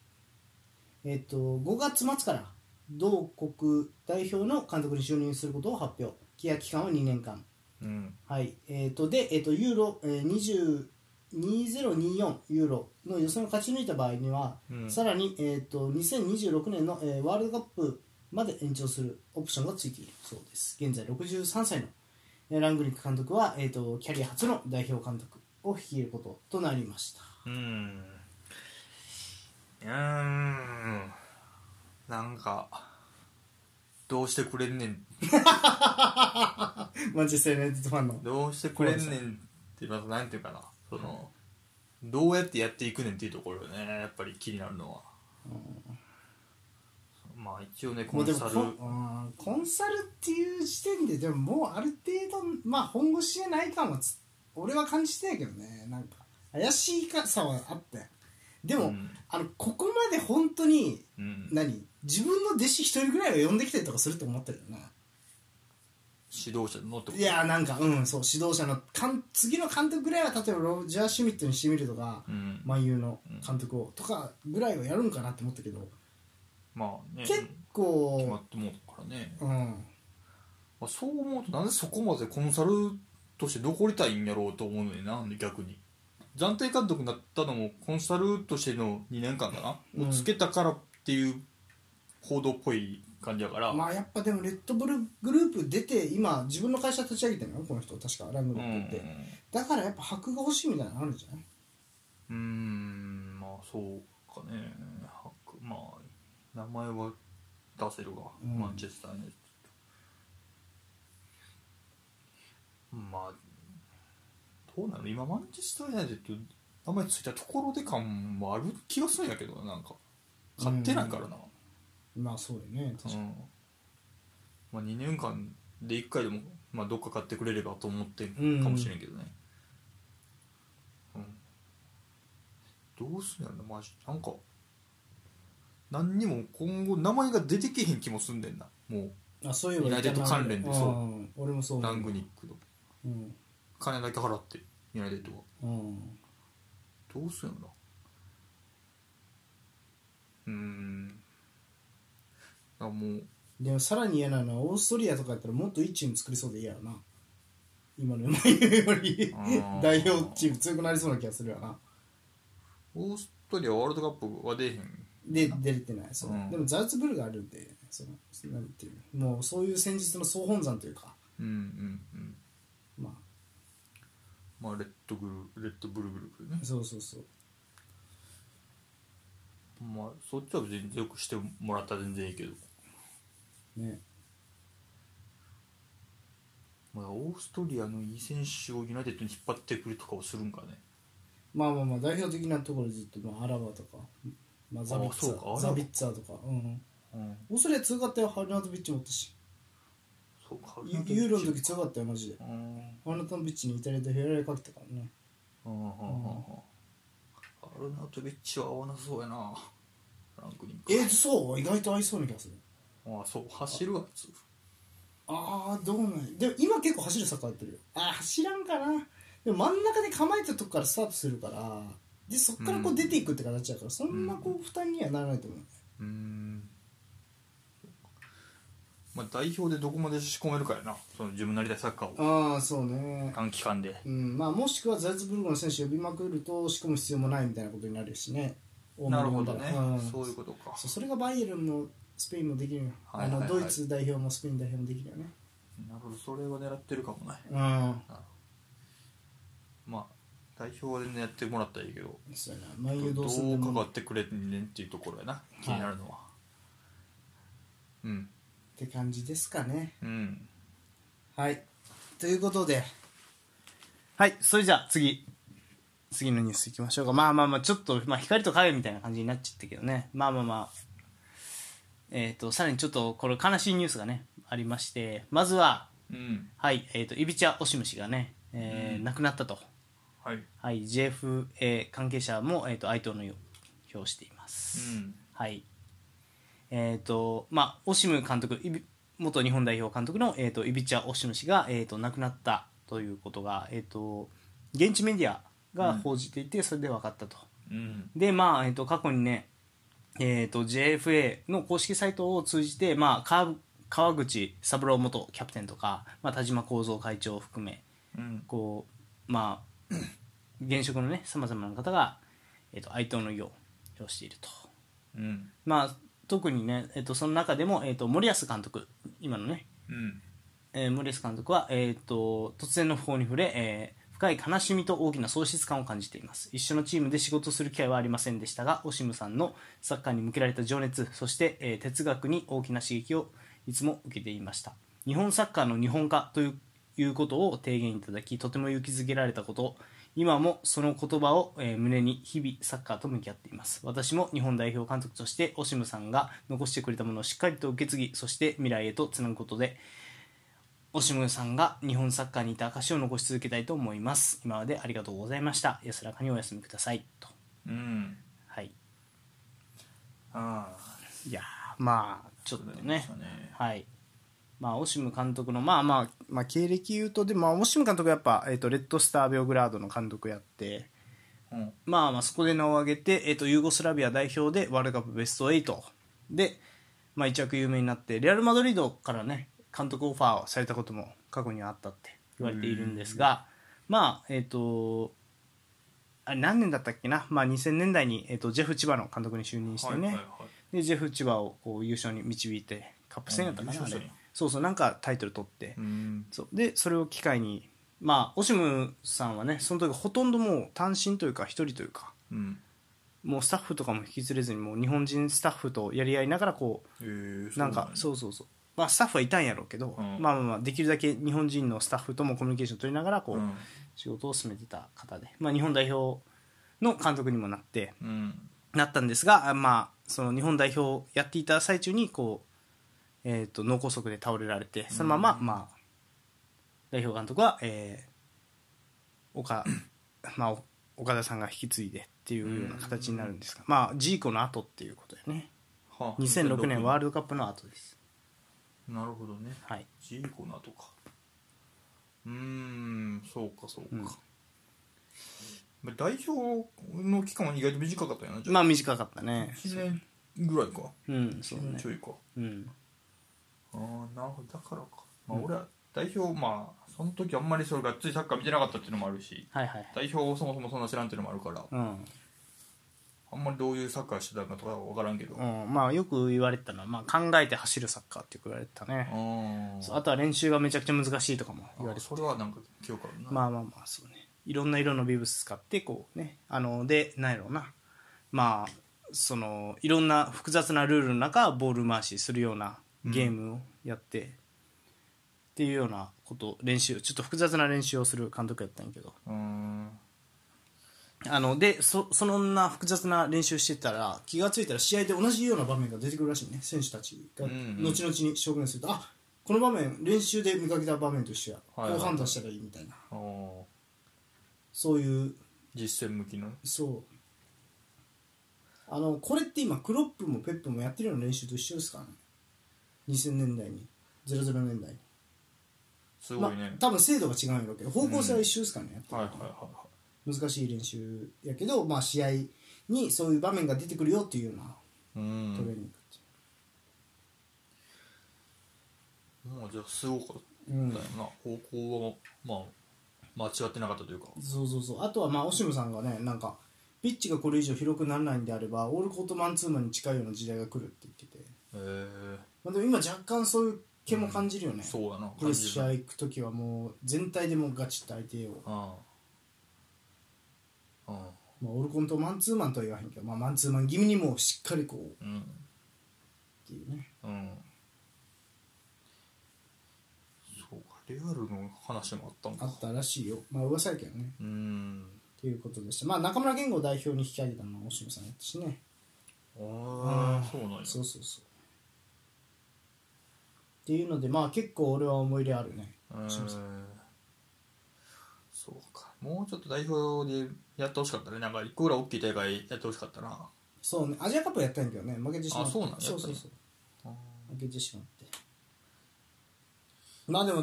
[SPEAKER 1] えー、と5月末から同国代表の監督に就任することを発表契約期間は2年間、
[SPEAKER 2] うん
[SPEAKER 1] はいえー、とで、えー、とユーロ、えー、20 2024ユーロの予選を勝ち抜いた場合には、
[SPEAKER 2] うん
[SPEAKER 1] さらに、えー、と2026年の、えーワールドカップまで延長するオプションがついているそうです現在63歳のえーラングリック監督は、えー、とキャリア初の代表監督を率いることとなりました
[SPEAKER 2] うんうーんなんかどうしてくれんねん
[SPEAKER 1] マンチェスター・ユナイテッドファンの
[SPEAKER 2] どうしてくれんねんってまたなんていうかなそのどうやってやっていくねんっていうところよねやっぱり気になるのは、まあ一応ねコ
[SPEAKER 1] もう
[SPEAKER 2] ン
[SPEAKER 1] でも
[SPEAKER 2] サル
[SPEAKER 1] コンうんコンサルっていう時点ででももうある程度まあ本腰じゃない感はつ俺は感じてやけどねなんか怪しいかさはあったよでも、
[SPEAKER 2] うん
[SPEAKER 1] あのここまで本当に
[SPEAKER 2] うん
[SPEAKER 1] 何自分の弟子一人ぐらいは呼んできたりとかすると思ってるよな
[SPEAKER 2] 指導者のってこと
[SPEAKER 1] いやーなんかうんそう指導者のかん次の監督ぐらいは例えばロジャー・シュミットにしてみるとか
[SPEAKER 2] うん
[SPEAKER 1] 万有の監督をとかぐらいはやるんかなって思ったけど、
[SPEAKER 2] まあね
[SPEAKER 1] 結
[SPEAKER 2] 決ま
[SPEAKER 1] 構
[SPEAKER 2] ってもうからね、
[SPEAKER 1] うん
[SPEAKER 2] まあ、そう思うとなんでそこまでコンサルとして残りたいんやろうと思うのよな逆に暫定監督になったのもコンサルとしての2年間かな、
[SPEAKER 1] うん
[SPEAKER 2] をつけたからっていう報道っぽい感じやから、
[SPEAKER 1] まあやっぱでもレッドブルグループ出て今自分の会社立ち上げてるのこの人確かラング
[SPEAKER 2] う
[SPEAKER 1] ループって、
[SPEAKER 2] ん
[SPEAKER 1] だからやっぱ箔が欲しいみたいなのあるんじゃないう
[SPEAKER 2] ーんまあそうかねはくまあ名前は出せるが、
[SPEAKER 1] うん
[SPEAKER 2] マンチェスターねまあどうなの今マンチェスター・ユナイテッド名前ついたところで感もある気がするんやけどななんか買ってないからな、
[SPEAKER 1] まあそうよね確か
[SPEAKER 2] うん
[SPEAKER 1] に、
[SPEAKER 2] まあ、2年間で1回でも、まあ、どっか買ってくれればと思ってる
[SPEAKER 1] うん
[SPEAKER 2] かもしれんけどね、うんどうすんやろなマジなんか何にも今後名前が出てけへん気もすんねんなも
[SPEAKER 1] あそういえば
[SPEAKER 2] ユナイテッド関連でそうん
[SPEAKER 1] 俺もそう
[SPEAKER 2] う
[SPEAKER 1] 思う
[SPEAKER 2] ラングニックの
[SPEAKER 1] うん、
[SPEAKER 2] 金だけ払ってユナイテッドは
[SPEAKER 1] うん、
[SPEAKER 2] どうすんやろなうーんあもう
[SPEAKER 1] でもさらに嫌なのはオーストリアとかやったらもっといいチーム作りそうで嫌やな今のマユより
[SPEAKER 2] あー
[SPEAKER 1] 代表チーム強くなりそうな気がするよな
[SPEAKER 2] オーストリアワールドカップは出えへん
[SPEAKER 1] で出れてないそう、
[SPEAKER 2] うん
[SPEAKER 1] でもザルツブルがあるんでそのなんていうのもうそういう戦術の総本山というか
[SPEAKER 2] うんうんうん
[SPEAKER 1] まあ
[SPEAKER 2] まあレッドグルレッドブルグループね
[SPEAKER 1] そうそうそう
[SPEAKER 2] まあそっちは別によくしてもらったら全然いいけど、
[SPEAKER 1] ね
[SPEAKER 2] まあ、オーストリアのいい選手をユナイテッドに引っ張ってくるとかをするんかね
[SPEAKER 1] まあまあまあ代表的なところでずっと、まあ、アラバとか、まあ、ザビッツ
[SPEAKER 2] あそうかアラ
[SPEAKER 1] ァ
[SPEAKER 2] バ
[SPEAKER 1] ザビッツァとか、うん、
[SPEAKER 2] うん
[SPEAKER 1] オーストリア強かったよハルナトビッチ持ったし
[SPEAKER 2] そうか
[SPEAKER 1] ユユーロの時強かったよマジで
[SPEAKER 2] うんうん
[SPEAKER 1] ハルナトビッチにイタリアでフェラーかけたからね
[SPEAKER 2] うんうんうんアルナトビッチは合わなそうやなフランクリンク
[SPEAKER 1] えー、そう意外と合いそうな気がする
[SPEAKER 2] ああそう走るわつ
[SPEAKER 1] ああどうなんやでも今結構走るサッカーやってるよあー走らんかなでも真ん中で構えたとこからスタートするからでそっからこう出ていくって形だから、そんなこう負担にはならないと思う、
[SPEAKER 2] うーんまあ、代表でどこまで仕込めるかやなその自分なりたいサッカーを
[SPEAKER 3] ああそうね
[SPEAKER 2] 短期間で
[SPEAKER 3] うんまあ、もしくはザルツブルクの選手呼びまくると仕込む必要もないみたいなことになるしね
[SPEAKER 2] なるほどね、
[SPEAKER 3] うんそ
[SPEAKER 2] そうういうことか
[SPEAKER 3] それがバイエルンもスペインもできるよ、
[SPEAKER 2] はいはいはい
[SPEAKER 3] あのドイツ代表もスペイン代表もできるよね
[SPEAKER 2] なるほどそれは狙ってるかもね
[SPEAKER 3] う
[SPEAKER 2] まあ代表で、ね、やってもらったらいいけど
[SPEAKER 3] んそうやな毎夜
[SPEAKER 2] ど
[SPEAKER 3] どうすん
[SPEAKER 2] う
[SPEAKER 3] の
[SPEAKER 2] 関わ
[SPEAKER 3] も
[SPEAKER 2] ってくれんねんっていうところやな気になるのは、うん
[SPEAKER 3] って感じですかね
[SPEAKER 2] うん
[SPEAKER 3] はいということで
[SPEAKER 1] はい、それじゃあ次。次のニュースいきましょうか。まあまあまあ、ちょっと、まあ、光と影みたいな感じになっちゃったけどね。まあまあまあ。えっ、と、さらにちょっと、これ悲しいニュースがね、ありまして、まずは、
[SPEAKER 2] うん
[SPEAKER 1] はい、えっ、と、イビチャ・オシム氏がね、えー
[SPEAKER 2] うん
[SPEAKER 1] 亡くなったと。
[SPEAKER 2] はいうん
[SPEAKER 1] はい、JFA 関係者も、えー、と哀悼の意を表しています。はい。えっ、と、まあ、オシム監督、イビ元日本代表監督の、えー、とイビチャ・オシム氏が、えー、と亡くなったということが、えー、と現地メディアが報じていて、それで分かったと。
[SPEAKER 2] うん
[SPEAKER 1] で、まあ、えっ、と、過去にね、えっ、と、JFA の公式サイトを通じて、まあ、川川口三郎元キャプテンとか、まあ、田島幸三会長を含め、
[SPEAKER 2] うん
[SPEAKER 1] こうまあ現職のねさまざまな方が、えっと哀悼の意を表していると
[SPEAKER 2] うん
[SPEAKER 1] まあ特にね、えっとその中でも、えっと森保監督今のね、
[SPEAKER 2] うん
[SPEAKER 1] えー森保監督は、えっと突然の訃報に触れ、えー深い悲しみと大きな喪失感を感じています一緒のチームで仕事する機会はありませんでしたがオシムさんのサッカーに向けられた情熱そして、えー哲学に大きな刺激をいつも受けていました日本サッカーの日本化といういうことを提言いただきとても勇気づけられたこと今もその言葉を、えー胸に日々サッカーと向き合っています私も日本代表監督としてオシムさんが残してくれたものをしっかりと受け継ぎそして未来へとつなぐことでオシムさんが日本サッカーにいた証を残し続けたいと思います今までありがとうございました安らかにお休みくださいと
[SPEAKER 2] うん
[SPEAKER 1] はい
[SPEAKER 2] ああ
[SPEAKER 1] いやーまあちょっとねはいまあ、オシム監督の、まあまあ、まあ、経歴言うと、で、まあ、オシム監督はやっぱ、えっ、と、レッドスター・ベオグラードの監督やって、
[SPEAKER 2] うん
[SPEAKER 1] まあまあそこで名を挙げて、えっとユーゴスラビア代表でワールドカップベスト8で、まあ、一躍有名になってレアル・マドリードからね監督オファーをされたことも過去にはあったって言われているんですがまあえっ、とあれ何年だったっけな、まあ、2000年代に、えっとジェフ千葉の監督に就任してね、
[SPEAKER 2] はいはいはい
[SPEAKER 1] でジェフ千葉をこう優勝に導いてカップ戦やったかな、
[SPEAKER 2] うん優
[SPEAKER 1] あれ
[SPEAKER 2] 勝したんや
[SPEAKER 1] そうそうなんかタイトル取って、
[SPEAKER 2] うん
[SPEAKER 1] そうでそれを機会にまあオシムさんはねその時ほとんどもう単身というか一人というか
[SPEAKER 2] うん
[SPEAKER 1] もうスタッフとかも引きずれずにもう日本人スタッフとやり合いながらこ
[SPEAKER 2] えー
[SPEAKER 1] うなんか
[SPEAKER 2] そ
[SPEAKER 1] そうそうそうまあスタッフはいたんやろうけど、
[SPEAKER 2] うん
[SPEAKER 1] まあまあまあできるだけ日本人のスタッフともコミュニケーション取りながらこ
[SPEAKER 2] う
[SPEAKER 1] う
[SPEAKER 2] なんや
[SPEAKER 1] 仕事を進めてた方で、まあ、日本代表の監督にもなって
[SPEAKER 2] うんうん
[SPEAKER 1] なったんですがあまあその日本代表をやっていた最中にこう、えー、と脳梗塞で倒れられてそのまま、まあ、代表監督は、えー岡まあ、お岡田さんが引き継いでっていうような形になるんですが、まあ、ジーコの後っていうことだよね
[SPEAKER 2] はあ
[SPEAKER 1] 2006年ワールドカップの後です、
[SPEAKER 2] なるほどね
[SPEAKER 1] はい、
[SPEAKER 2] ジーコなとかうーんそうかそうか、まあ代表の期間は意外と短かったよなじゃ
[SPEAKER 1] まあ短かったね
[SPEAKER 2] 1年ぐらいか
[SPEAKER 1] うんそう
[SPEAKER 2] 1年
[SPEAKER 1] ね
[SPEAKER 2] ちょいか
[SPEAKER 1] うん
[SPEAKER 2] ああなるほどだからかまあ俺は代表まあその時あんまりそれがっつりサッカー見てなかったっていうのもあるし
[SPEAKER 1] はいはい
[SPEAKER 2] 代表をそもそもそんな知らんっていうのもあるから
[SPEAKER 1] うん
[SPEAKER 2] あんまりどういうサッカーしてたのかとかは分からんけどあ
[SPEAKER 1] うん、まあよく言われてたのは、まあ、考えて走るサッカーってよく言われてたね
[SPEAKER 2] あ
[SPEAKER 1] そうあとは練習がめちゃくちゃ難しいとかも言われて
[SPEAKER 2] それはなんか記憶あるな、
[SPEAKER 1] まあまあまあそうねいろんな色のビブス使ってこうねあのでなんやろうなまあそのいろんな複雑なルールの中ボール回しするようなゲームをやって、っていうようなこと練習ちょっと複雑な練習をする監督やったんやけど
[SPEAKER 2] うーん
[SPEAKER 1] あのでそそんな複雑な練習してたら
[SPEAKER 3] 気がついたら試合で同じような場面が出てくるらしいね選手たちが
[SPEAKER 2] うんうん
[SPEAKER 3] 後々に証言すると、あこの場面練習で見かけた場面と一緒や、
[SPEAKER 2] はいはい
[SPEAKER 3] こう判断したらいいみたいな
[SPEAKER 2] あー
[SPEAKER 3] そういう
[SPEAKER 2] 実践向きの
[SPEAKER 3] そうあのこれって今クロップもペップもやってるような練習と一緒ですからね2000年代に00年代に、
[SPEAKER 2] す
[SPEAKER 3] ま
[SPEAKER 2] ご
[SPEAKER 3] あ
[SPEAKER 2] いね、、
[SPEAKER 3] 多分精度が違うんだけど方向性は一緒ですからね、やっぱ
[SPEAKER 2] はいはいは
[SPEAKER 3] 難しい練習やけど、まあ、試合にそういう場面が出てくるよっていうようない
[SPEAKER 2] はい。
[SPEAKER 3] ト
[SPEAKER 2] う
[SPEAKER 3] レーニン
[SPEAKER 2] ん。
[SPEAKER 3] グっていう、
[SPEAKER 2] まあじゃあすごかったよ
[SPEAKER 1] うん
[SPEAKER 2] な、方向はまあ間違ってなかったというか
[SPEAKER 1] そうそうそうあとはまあオシムさんがねなんかピッチがこれ以上広くならないんであればオールコートマンツーマンに近いような時代が来るって言ってて、
[SPEAKER 2] えー、
[SPEAKER 1] まあ、でも今若干そういう気も感じるよね、
[SPEAKER 2] そうやな
[SPEAKER 1] プレスし合い行く時はもう全体でもうガチッと相手を、
[SPEAKER 2] うんうん
[SPEAKER 1] まあ、オールコントマンツーマンとは言わへんけど、まあ、マンツーマン気味にもうしっかりこうっ
[SPEAKER 2] うん
[SPEAKER 1] ていうね
[SPEAKER 2] うんそうかレアルの話もあったん
[SPEAKER 1] あ
[SPEAKER 2] か
[SPEAKER 1] ったらしいよまあ噂やけどね
[SPEAKER 2] うん
[SPEAKER 1] ということでしたまあ中村健吾を代表に引き上げたのはオシムさんやったしね
[SPEAKER 2] あ
[SPEAKER 1] あ
[SPEAKER 2] あそうなんや
[SPEAKER 1] そうそうそうっていうのでまあ結構俺は思い入れあるね
[SPEAKER 2] うーんそうかもうちょっと代表でやってほしかったねなんか一個ぐらい大きい大会やってほしかったな
[SPEAKER 1] そうねアジアカップやったんやけどね負けてしまって
[SPEAKER 2] あそうなんや
[SPEAKER 1] そうそうそう
[SPEAKER 2] あ
[SPEAKER 1] 負けてしまってまあでも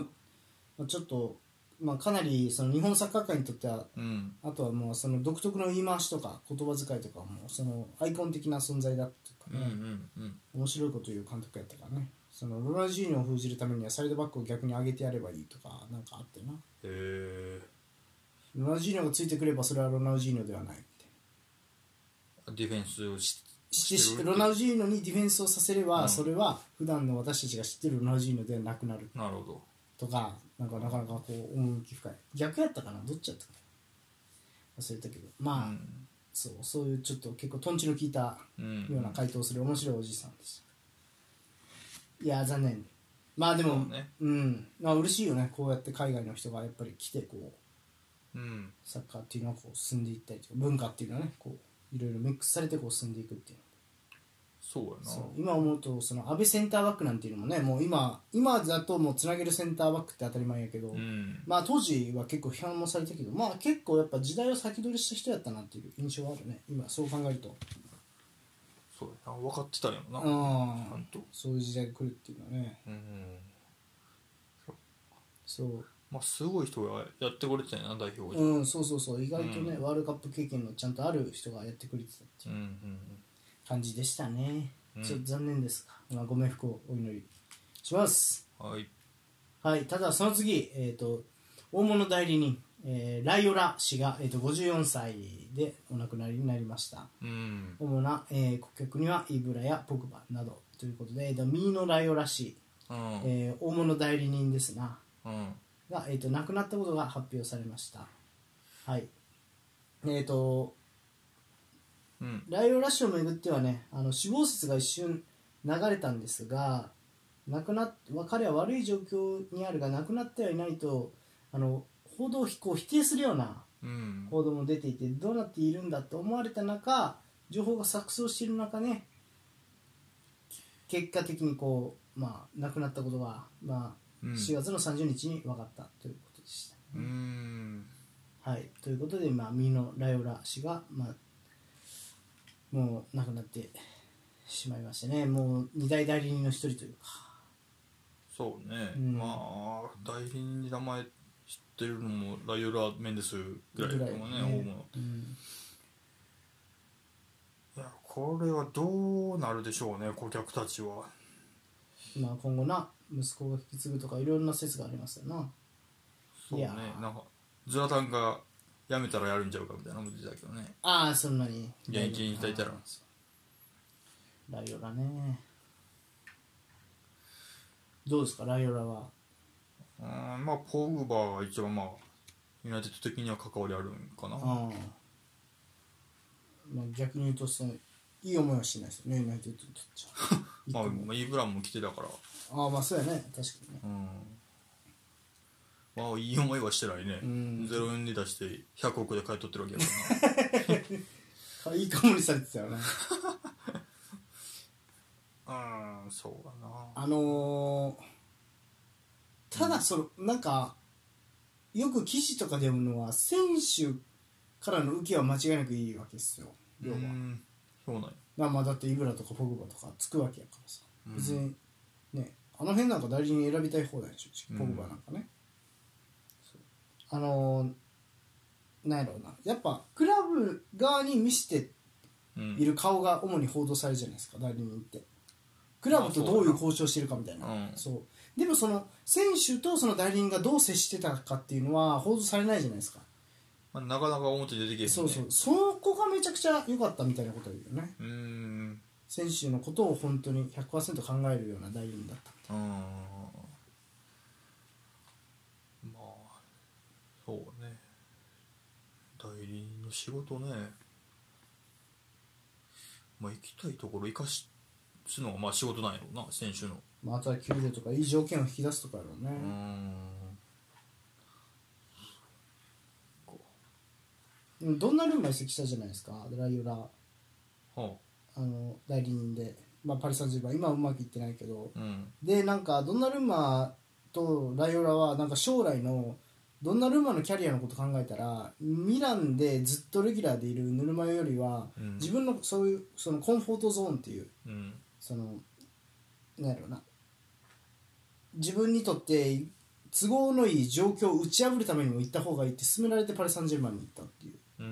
[SPEAKER 1] まあちょっと、まあ、かなりその日本サッカー界にとっては
[SPEAKER 2] うん
[SPEAKER 1] あとはもうその独特の言い回しとか言葉遣いとかはもうそのアイコン的な存在だと
[SPEAKER 2] う
[SPEAKER 1] か
[SPEAKER 2] んう
[SPEAKER 1] ね、
[SPEAKER 2] んうん
[SPEAKER 1] 面白いこと言う監督やったからねそのロナウジーニョを封じるためにはサイドバックを逆に上げてやればいいとかなんかあってな
[SPEAKER 2] へえ
[SPEAKER 1] ロナウジーニョがついてくればそれはロナウジーニョではないみたいな
[SPEAKER 2] ディフェンスをし
[SPEAKER 1] して
[SPEAKER 2] してる
[SPEAKER 1] ロナウジーノにディフェンスをさせれば、
[SPEAKER 2] うん
[SPEAKER 1] それは普段の私たちが知ってるロナウジーノではなくなる
[SPEAKER 2] なるほど
[SPEAKER 1] とかなんかなかなかこう趣深い逆やったかなどっちやったかな忘れたけど
[SPEAKER 2] う
[SPEAKER 1] まあ、
[SPEAKER 2] ん
[SPEAKER 1] そうそういうちょっと結構とんちの効いた
[SPEAKER 2] うん
[SPEAKER 1] ような回答をする面白いおじさんでしたいやー残念まあでも
[SPEAKER 2] そうね
[SPEAKER 1] うんまあ嬉しいよねこうやって海外の人がやっぱり来てこう
[SPEAKER 2] うん
[SPEAKER 1] サッカーっていうのはこう進んでいったりとか文化っていうのはねこういろいろミックスされてこう進んでいくっていう
[SPEAKER 2] そうやな
[SPEAKER 1] そう今思うとその安倍センターバックなんていうのもねもう今今だともうつなげるセンターバックって当たり前やけど、
[SPEAKER 2] うん
[SPEAKER 1] まあ当時は結構批判もされたけどまあ結構やっぱ時代を先取りした人やったなっていう印象はあるね今そう考えると
[SPEAKER 2] そうやな分かってたんやろなち
[SPEAKER 1] あ
[SPEAKER 2] ゃ
[SPEAKER 1] あ
[SPEAKER 2] んと
[SPEAKER 1] そういう時代が来るっていうのはね
[SPEAKER 2] うん
[SPEAKER 1] そう
[SPEAKER 2] まあすごい人がやってくれてたんやな代表が
[SPEAKER 1] うんそうそうそう意外とね、
[SPEAKER 2] う
[SPEAKER 1] ワールドカップ経験のちゃんとある人がやってくれてたって
[SPEAKER 2] う
[SPEAKER 1] いうん
[SPEAKER 2] うん
[SPEAKER 1] 感じでしたね、
[SPEAKER 2] うん
[SPEAKER 1] ちょっと残念ですが、まあ、ご冥福をお祈りします
[SPEAKER 2] うんはい
[SPEAKER 1] はい、ただその次、えー、と大物代理人、えーライオラ氏が、えー、と54歳でお亡くなりになりました
[SPEAKER 2] うん
[SPEAKER 1] 主な、えー顧客にはイブラやポグバなどということで、えー、とミーノ・ライオラ氏、
[SPEAKER 2] うん
[SPEAKER 1] えー大物代理人ですな
[SPEAKER 2] うん
[SPEAKER 1] が、えー、と亡くなったことが発表されましたはいえー、と
[SPEAKER 2] うん
[SPEAKER 1] ライオラ氏をめぐってはねあの死亡説が一瞬流れたんですが亡くなっ彼は悪い状況にあるが亡くなってはいないとあの報道を非こう否定するような
[SPEAKER 2] うん
[SPEAKER 1] 報道も出ていてどうなっているんだと思われた中情報が錯綜している中ね結果的にこう、まあ、亡くなったことが、まあ、
[SPEAKER 2] うん
[SPEAKER 1] 4月の30日に分かったということでした。
[SPEAKER 2] うん
[SPEAKER 1] はい、ということで、まあ、ミノ・ライオラ氏が、まあ、もう亡くなってしまいましたね、もう二大代理人の一人というか、
[SPEAKER 2] そうね、
[SPEAKER 1] うん
[SPEAKER 2] まあ代理人に名前知ってるのもライオラ・メンデスぐらいだもんね
[SPEAKER 1] ぐらいね
[SPEAKER 2] 大
[SPEAKER 1] う
[SPEAKER 2] 物
[SPEAKER 1] ん
[SPEAKER 2] いやこれはどうなるでしょうね顧客たちは
[SPEAKER 1] まあ、今後な、息子が引き継ぐとか、いろんな説がありますよな、
[SPEAKER 2] そう
[SPEAKER 1] い
[SPEAKER 2] ね
[SPEAKER 1] やー
[SPEAKER 2] なんかズラタンが辞めたらやるんちゃうかみたいなのも出てたけどね
[SPEAKER 1] ああ、そんなに、
[SPEAKER 2] 現役引退いたら
[SPEAKER 1] ライオラね、どうですか、ライオラは、
[SPEAKER 2] うんまあポグバが一番まあユナイテッド的には関わりあるんかな
[SPEAKER 1] うんまあ、逆に言うとその、いい思いはしないですよね、ユナイテッドにとっちゃ。
[SPEAKER 2] まあ、まあ、イブラムも来てたから
[SPEAKER 1] ああまあそうやね確かにね
[SPEAKER 2] うんまあいい思いはしてないね、
[SPEAKER 1] うん
[SPEAKER 2] ゼロ円で出して100億で買い取ってるわけやからな
[SPEAKER 1] かいいかもにされてたよね
[SPEAKER 2] うんそうだな
[SPEAKER 1] あのー、ただそのなんかよく記事とかで読むのは選手からの受けは間違いなくいいわけですよ要は、
[SPEAKER 2] うんそうなんや
[SPEAKER 1] まあまあだってイブラとかフォグバとかつくわけやからさ
[SPEAKER 2] うん
[SPEAKER 1] 別にねあの辺なんか代理人選びたい放題でしょ
[SPEAKER 2] うん
[SPEAKER 1] フォグバなんかね、そうあのー、なんやろうなやっぱクラブ側に見せて
[SPEAKER 2] うん
[SPEAKER 1] いる顔が主に報道されるじゃないですか代理人ってクラブとどういう交渉してるかみたいな、
[SPEAKER 2] うん
[SPEAKER 1] そうでもその選手とその代理人がどう接してたかっていうのは報道されないじゃないですか、
[SPEAKER 2] まあ、なかなか表に出てきて
[SPEAKER 1] そうそうそこがめちゃくちゃ良かったみたいなことを言うよね
[SPEAKER 2] うーん
[SPEAKER 1] 選手のことを本当に100%考えるような代理人だった
[SPEAKER 2] うーんまあそうね代理人の仕事ねまあ行きたいところ生かしすのがまあ仕事なんやろうな選手の
[SPEAKER 1] まあ、あとは給料とかいい条件を引き出すとかだろうね、
[SPEAKER 2] うーん
[SPEAKER 1] うんどんなルーム移籍したじゃないですかライオラ
[SPEAKER 2] は
[SPEAKER 1] あの代理人で、まあ、パリ・サンジェルマン今はうまくいってないけど
[SPEAKER 2] あうん
[SPEAKER 1] でなんかドンナルンマとライオラはなんか将来のドンナルンマのキャリアのこと考えたらミランでずっとレギュラーでいるぬるま湯よりは、
[SPEAKER 2] うん
[SPEAKER 1] 自分のそういうそのコンフォートゾーンっていう
[SPEAKER 2] うん
[SPEAKER 1] そのなんやろうな自分にとって都合のいい状況を打ち破るためにも行った方がいいって勧められてパリ・サンジェルマンに行ったっていう
[SPEAKER 2] うー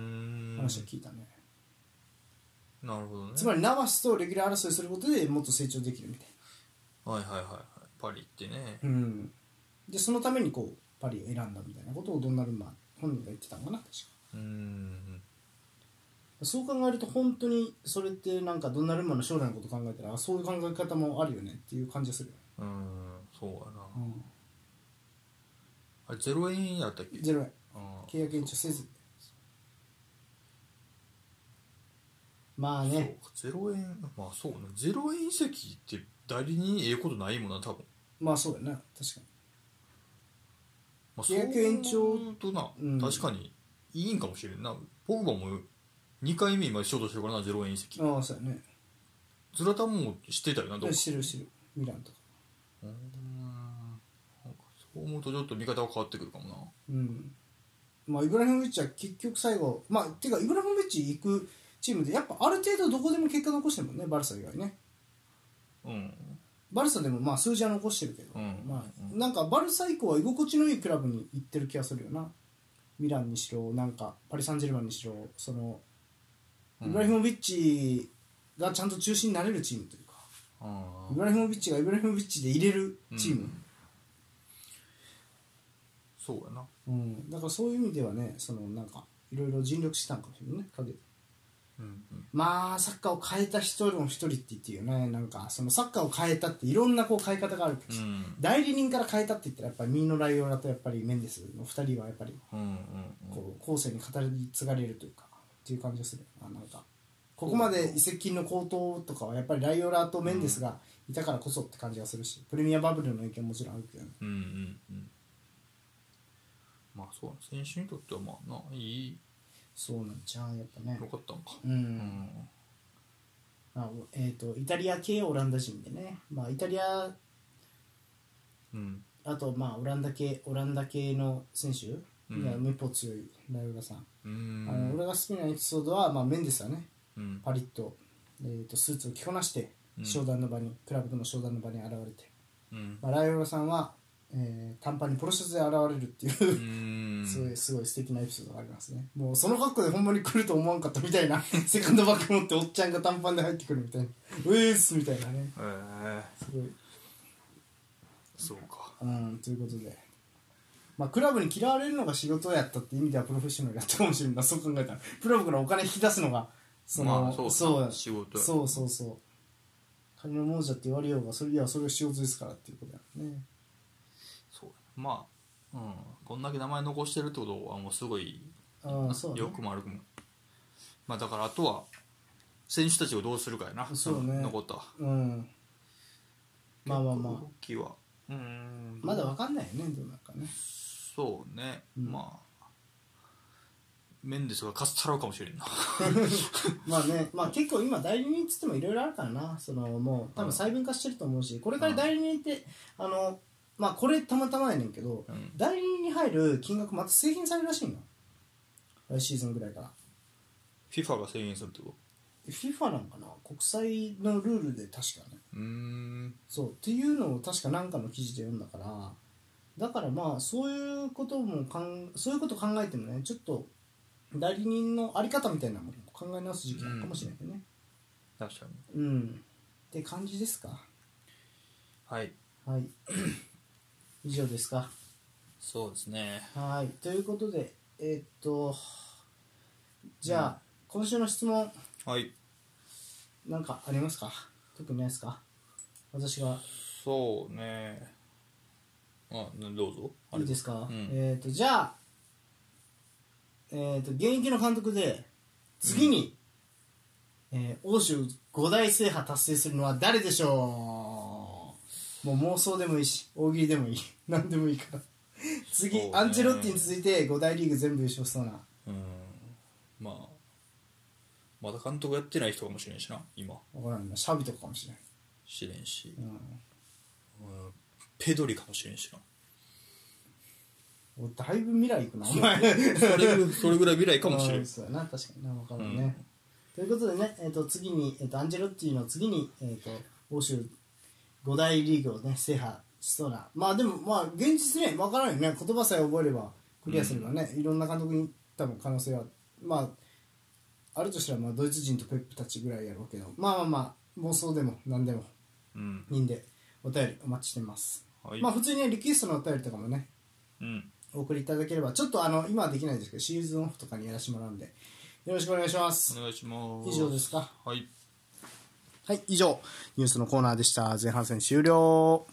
[SPEAKER 2] ん
[SPEAKER 1] 話を聞いたね、
[SPEAKER 2] なるほどね
[SPEAKER 1] つまりナバスとレギュラー争いすることでもっと成長できるみたい
[SPEAKER 2] はいはいはいはいパリってね
[SPEAKER 1] な、うん、でそのためにこうパリを選んだみたいなことをドンナルンマ本人が言ってたのかな確か
[SPEAKER 2] うーん
[SPEAKER 1] そう考えると本当にそれってなんかドンナルンマの将来のこと考えたらあそういう考え方もあるよねっていう感じがするよね、
[SPEAKER 2] うーんそうやなあれ0円やったっけ
[SPEAKER 1] ゼロ円
[SPEAKER 2] あー
[SPEAKER 1] 契約延長せずまあね
[SPEAKER 2] そうか0円まあそうね0円移籍って代理人ええことないもんな多分、
[SPEAKER 1] まあそうだな確かに
[SPEAKER 2] まあ、
[SPEAKER 1] 契約延長
[SPEAKER 2] そうとな、
[SPEAKER 1] うん
[SPEAKER 2] 確かにいいんかもしれんなポグバも2回目今ショートしてるからな0円移籍
[SPEAKER 1] ああそうやね
[SPEAKER 2] ズラタンもしてたよなどうか
[SPEAKER 1] 知る知るミランとか
[SPEAKER 2] うーんなんかそう思うとちょっと見方が変わってくるかもな
[SPEAKER 1] うんまあイブラヒモビッチは結局最後まあてかイブラヒモビッチ行くチームでやっぱある程度どこでも結果残してるもんねバルサ以外ね
[SPEAKER 2] うん
[SPEAKER 1] バルサでもまあ数字は残してるけど、
[SPEAKER 2] うん
[SPEAKER 1] まあ、
[SPEAKER 2] うん
[SPEAKER 1] なんかバルサ以降は居心地のいいクラブに行ってる気がするよなミランにしろなんかパリ・サンジェルマンにしろそのイブラヒモビッチがちゃんと中心になれるチームというか、
[SPEAKER 2] あ
[SPEAKER 1] イブラヒモビッチがイブラヒモビッチで入れる
[SPEAKER 2] ー
[SPEAKER 1] チーム、
[SPEAKER 2] そうやな
[SPEAKER 1] うんだからそういう意味ではねそのなんかいろいろ尽力してたんかもしれないね影で
[SPEAKER 2] うんうん
[SPEAKER 1] まあサッカーを変えた人の一人って言っていいよねなんかそのサッカーを変えたっていろんなこう変え方があるけどさ、
[SPEAKER 2] うん
[SPEAKER 1] 代理人から変えたって言ったらやっぱりミーノ・ライオラとやっぱりメンデスの2人はやっぱり
[SPEAKER 2] うんうんうん
[SPEAKER 1] こう後世に語り継がれるというかっていう感じがするあなんかここまで移籍金の高騰とかはやっぱりライオラとメンデスがいたからこそって感じがするしプレミアバブルの影響ももちろんあるけどね
[SPEAKER 2] うんうんうんまあそうだ選手にとってはまあないい
[SPEAKER 1] そうなんじゃんやっぱね
[SPEAKER 2] よかったんか
[SPEAKER 1] うん、
[SPEAKER 2] うん
[SPEAKER 1] まあえー、とイタリア系オランダ人でね、まあ、イタリア
[SPEAKER 2] うん
[SPEAKER 1] あとまあオランダ系オランダ系の選手
[SPEAKER 2] うん
[SPEAKER 1] いやめっぽう強いライオラさん、
[SPEAKER 2] う
[SPEAKER 1] あの
[SPEAKER 2] ん
[SPEAKER 1] 俺が好きなエピソードは、まあ、メンデスはね
[SPEAKER 2] うん
[SPEAKER 1] パリッと,、えー、とスーツを着こなして
[SPEAKER 2] うん
[SPEAKER 1] 商談の場に、クラブでも商談の場に現れて、
[SPEAKER 2] うん
[SPEAKER 1] まあ、ライオラさんは、えー短パンにポロシャツで現れるっていう
[SPEAKER 2] うん
[SPEAKER 1] すごいすごい素敵なエピソードがありますねもうその格好でほんまに来ると思わんかったみたい なセカンドバッグ持っておっちゃんが短パンで入ってくるみたいな「うえーっす」みたいなね
[SPEAKER 2] ええ
[SPEAKER 1] すごい
[SPEAKER 2] そうか
[SPEAKER 1] うん、ということで、まあ、クラブに嫌われるのが仕事やったって意味ではプロフェッショナルやったかもしれんないそう考えたらクラブからお金引き出すのがその、
[SPEAKER 2] まあそうだ
[SPEAKER 1] そう
[SPEAKER 2] 仕事や
[SPEAKER 1] そうそうそう金の亡者って言われようがそれいやそれが仕事ですからっていうことやね
[SPEAKER 2] そうまあうんこんだけ名前残してるってことはもうすごい
[SPEAKER 1] ああそうだ
[SPEAKER 2] よ
[SPEAKER 1] ね
[SPEAKER 2] くも悪くもまあだからあとは選手たちをどうするかやな
[SPEAKER 1] そうね
[SPEAKER 2] 残った
[SPEAKER 1] うんまあまあまあ
[SPEAKER 2] 動きはうん
[SPEAKER 1] まだわかんないよねどうなるかね
[SPEAKER 2] そうね、
[SPEAKER 1] うん
[SPEAKER 2] まあメンデスがかっさらうかもしれんな
[SPEAKER 1] まあね、まあ結構今代理人っつってもいろいろあるからなそのもう多分細分化してると思うしこれから代理人って、あのまあこれたまたまやねんけど、
[SPEAKER 2] うん
[SPEAKER 1] 代理人に入る金額また制限されるらしいの来シーズンぐらいから
[SPEAKER 2] FIFA が制限するってこと
[SPEAKER 1] FIFA なんかな国際のルールで確かね
[SPEAKER 2] うーん
[SPEAKER 1] そうっていうのを確か何かの記事で読んだからだからまあそういうこともかんそういうこと考えてもねちょっと代理人のあり方みたいなのも考え直す時期なのかもしれないけどね
[SPEAKER 2] 確かに
[SPEAKER 1] うん、って感じですか
[SPEAKER 2] はい
[SPEAKER 1] はい以上ですか
[SPEAKER 2] そうですね
[SPEAKER 1] はいということでえーっとじゃあ、今週の質問
[SPEAKER 2] はい
[SPEAKER 1] なんかありますか特にないですか私が
[SPEAKER 2] そうねあなどうぞあ
[SPEAKER 1] い
[SPEAKER 2] れ
[SPEAKER 1] いですか、
[SPEAKER 2] うん
[SPEAKER 1] えーっとじゃあえーっと現役の監督で次に、えー欧州五大制覇達成するのは誰でしょうもう妄想でもいいし大喜利でもいい 何でもいいから次、
[SPEAKER 2] そうね
[SPEAKER 1] アンチェロッティに続いて五大リーグ全部優勝しそうな
[SPEAKER 2] うんまあまだ監督やってない人かもしれんしな今
[SPEAKER 1] わからんなシャビとかかもしれない
[SPEAKER 2] 知れんし、
[SPEAKER 1] う
[SPEAKER 2] うんペドリかもしれ
[SPEAKER 1] 、
[SPEAKER 2] んしなん
[SPEAKER 1] おだいぶ未来行くなお前
[SPEAKER 2] それそれぐらい未来かもしれ
[SPEAKER 1] うんんそうやな確かにな分かるね、ということでね、えー、と次に、えー、とアンジェロッティの次に、えー、と欧州五大リーグをね制覇しそうなまあでもまあ現実ね分からないよね言葉さえ覚えればクリアすればね、いろんな監督に多分可能性はまああるとしたらまあドイツ人とペップたちぐらいやろうけどまあまあまあ妄想でも何でも
[SPEAKER 2] うん
[SPEAKER 1] いいんでお便りお待ちしてます、
[SPEAKER 2] はい
[SPEAKER 1] まあ普通にねリクエストのお便りとかもね
[SPEAKER 2] うん
[SPEAKER 1] お送りいただければちょっとあの今はできないですけどシーズンオフとかにやらせてもらうんでよろしくお願いします
[SPEAKER 2] お願いします
[SPEAKER 1] 以上ですか
[SPEAKER 2] はい
[SPEAKER 1] はい以上ニュースのコーナーでした前半戦終了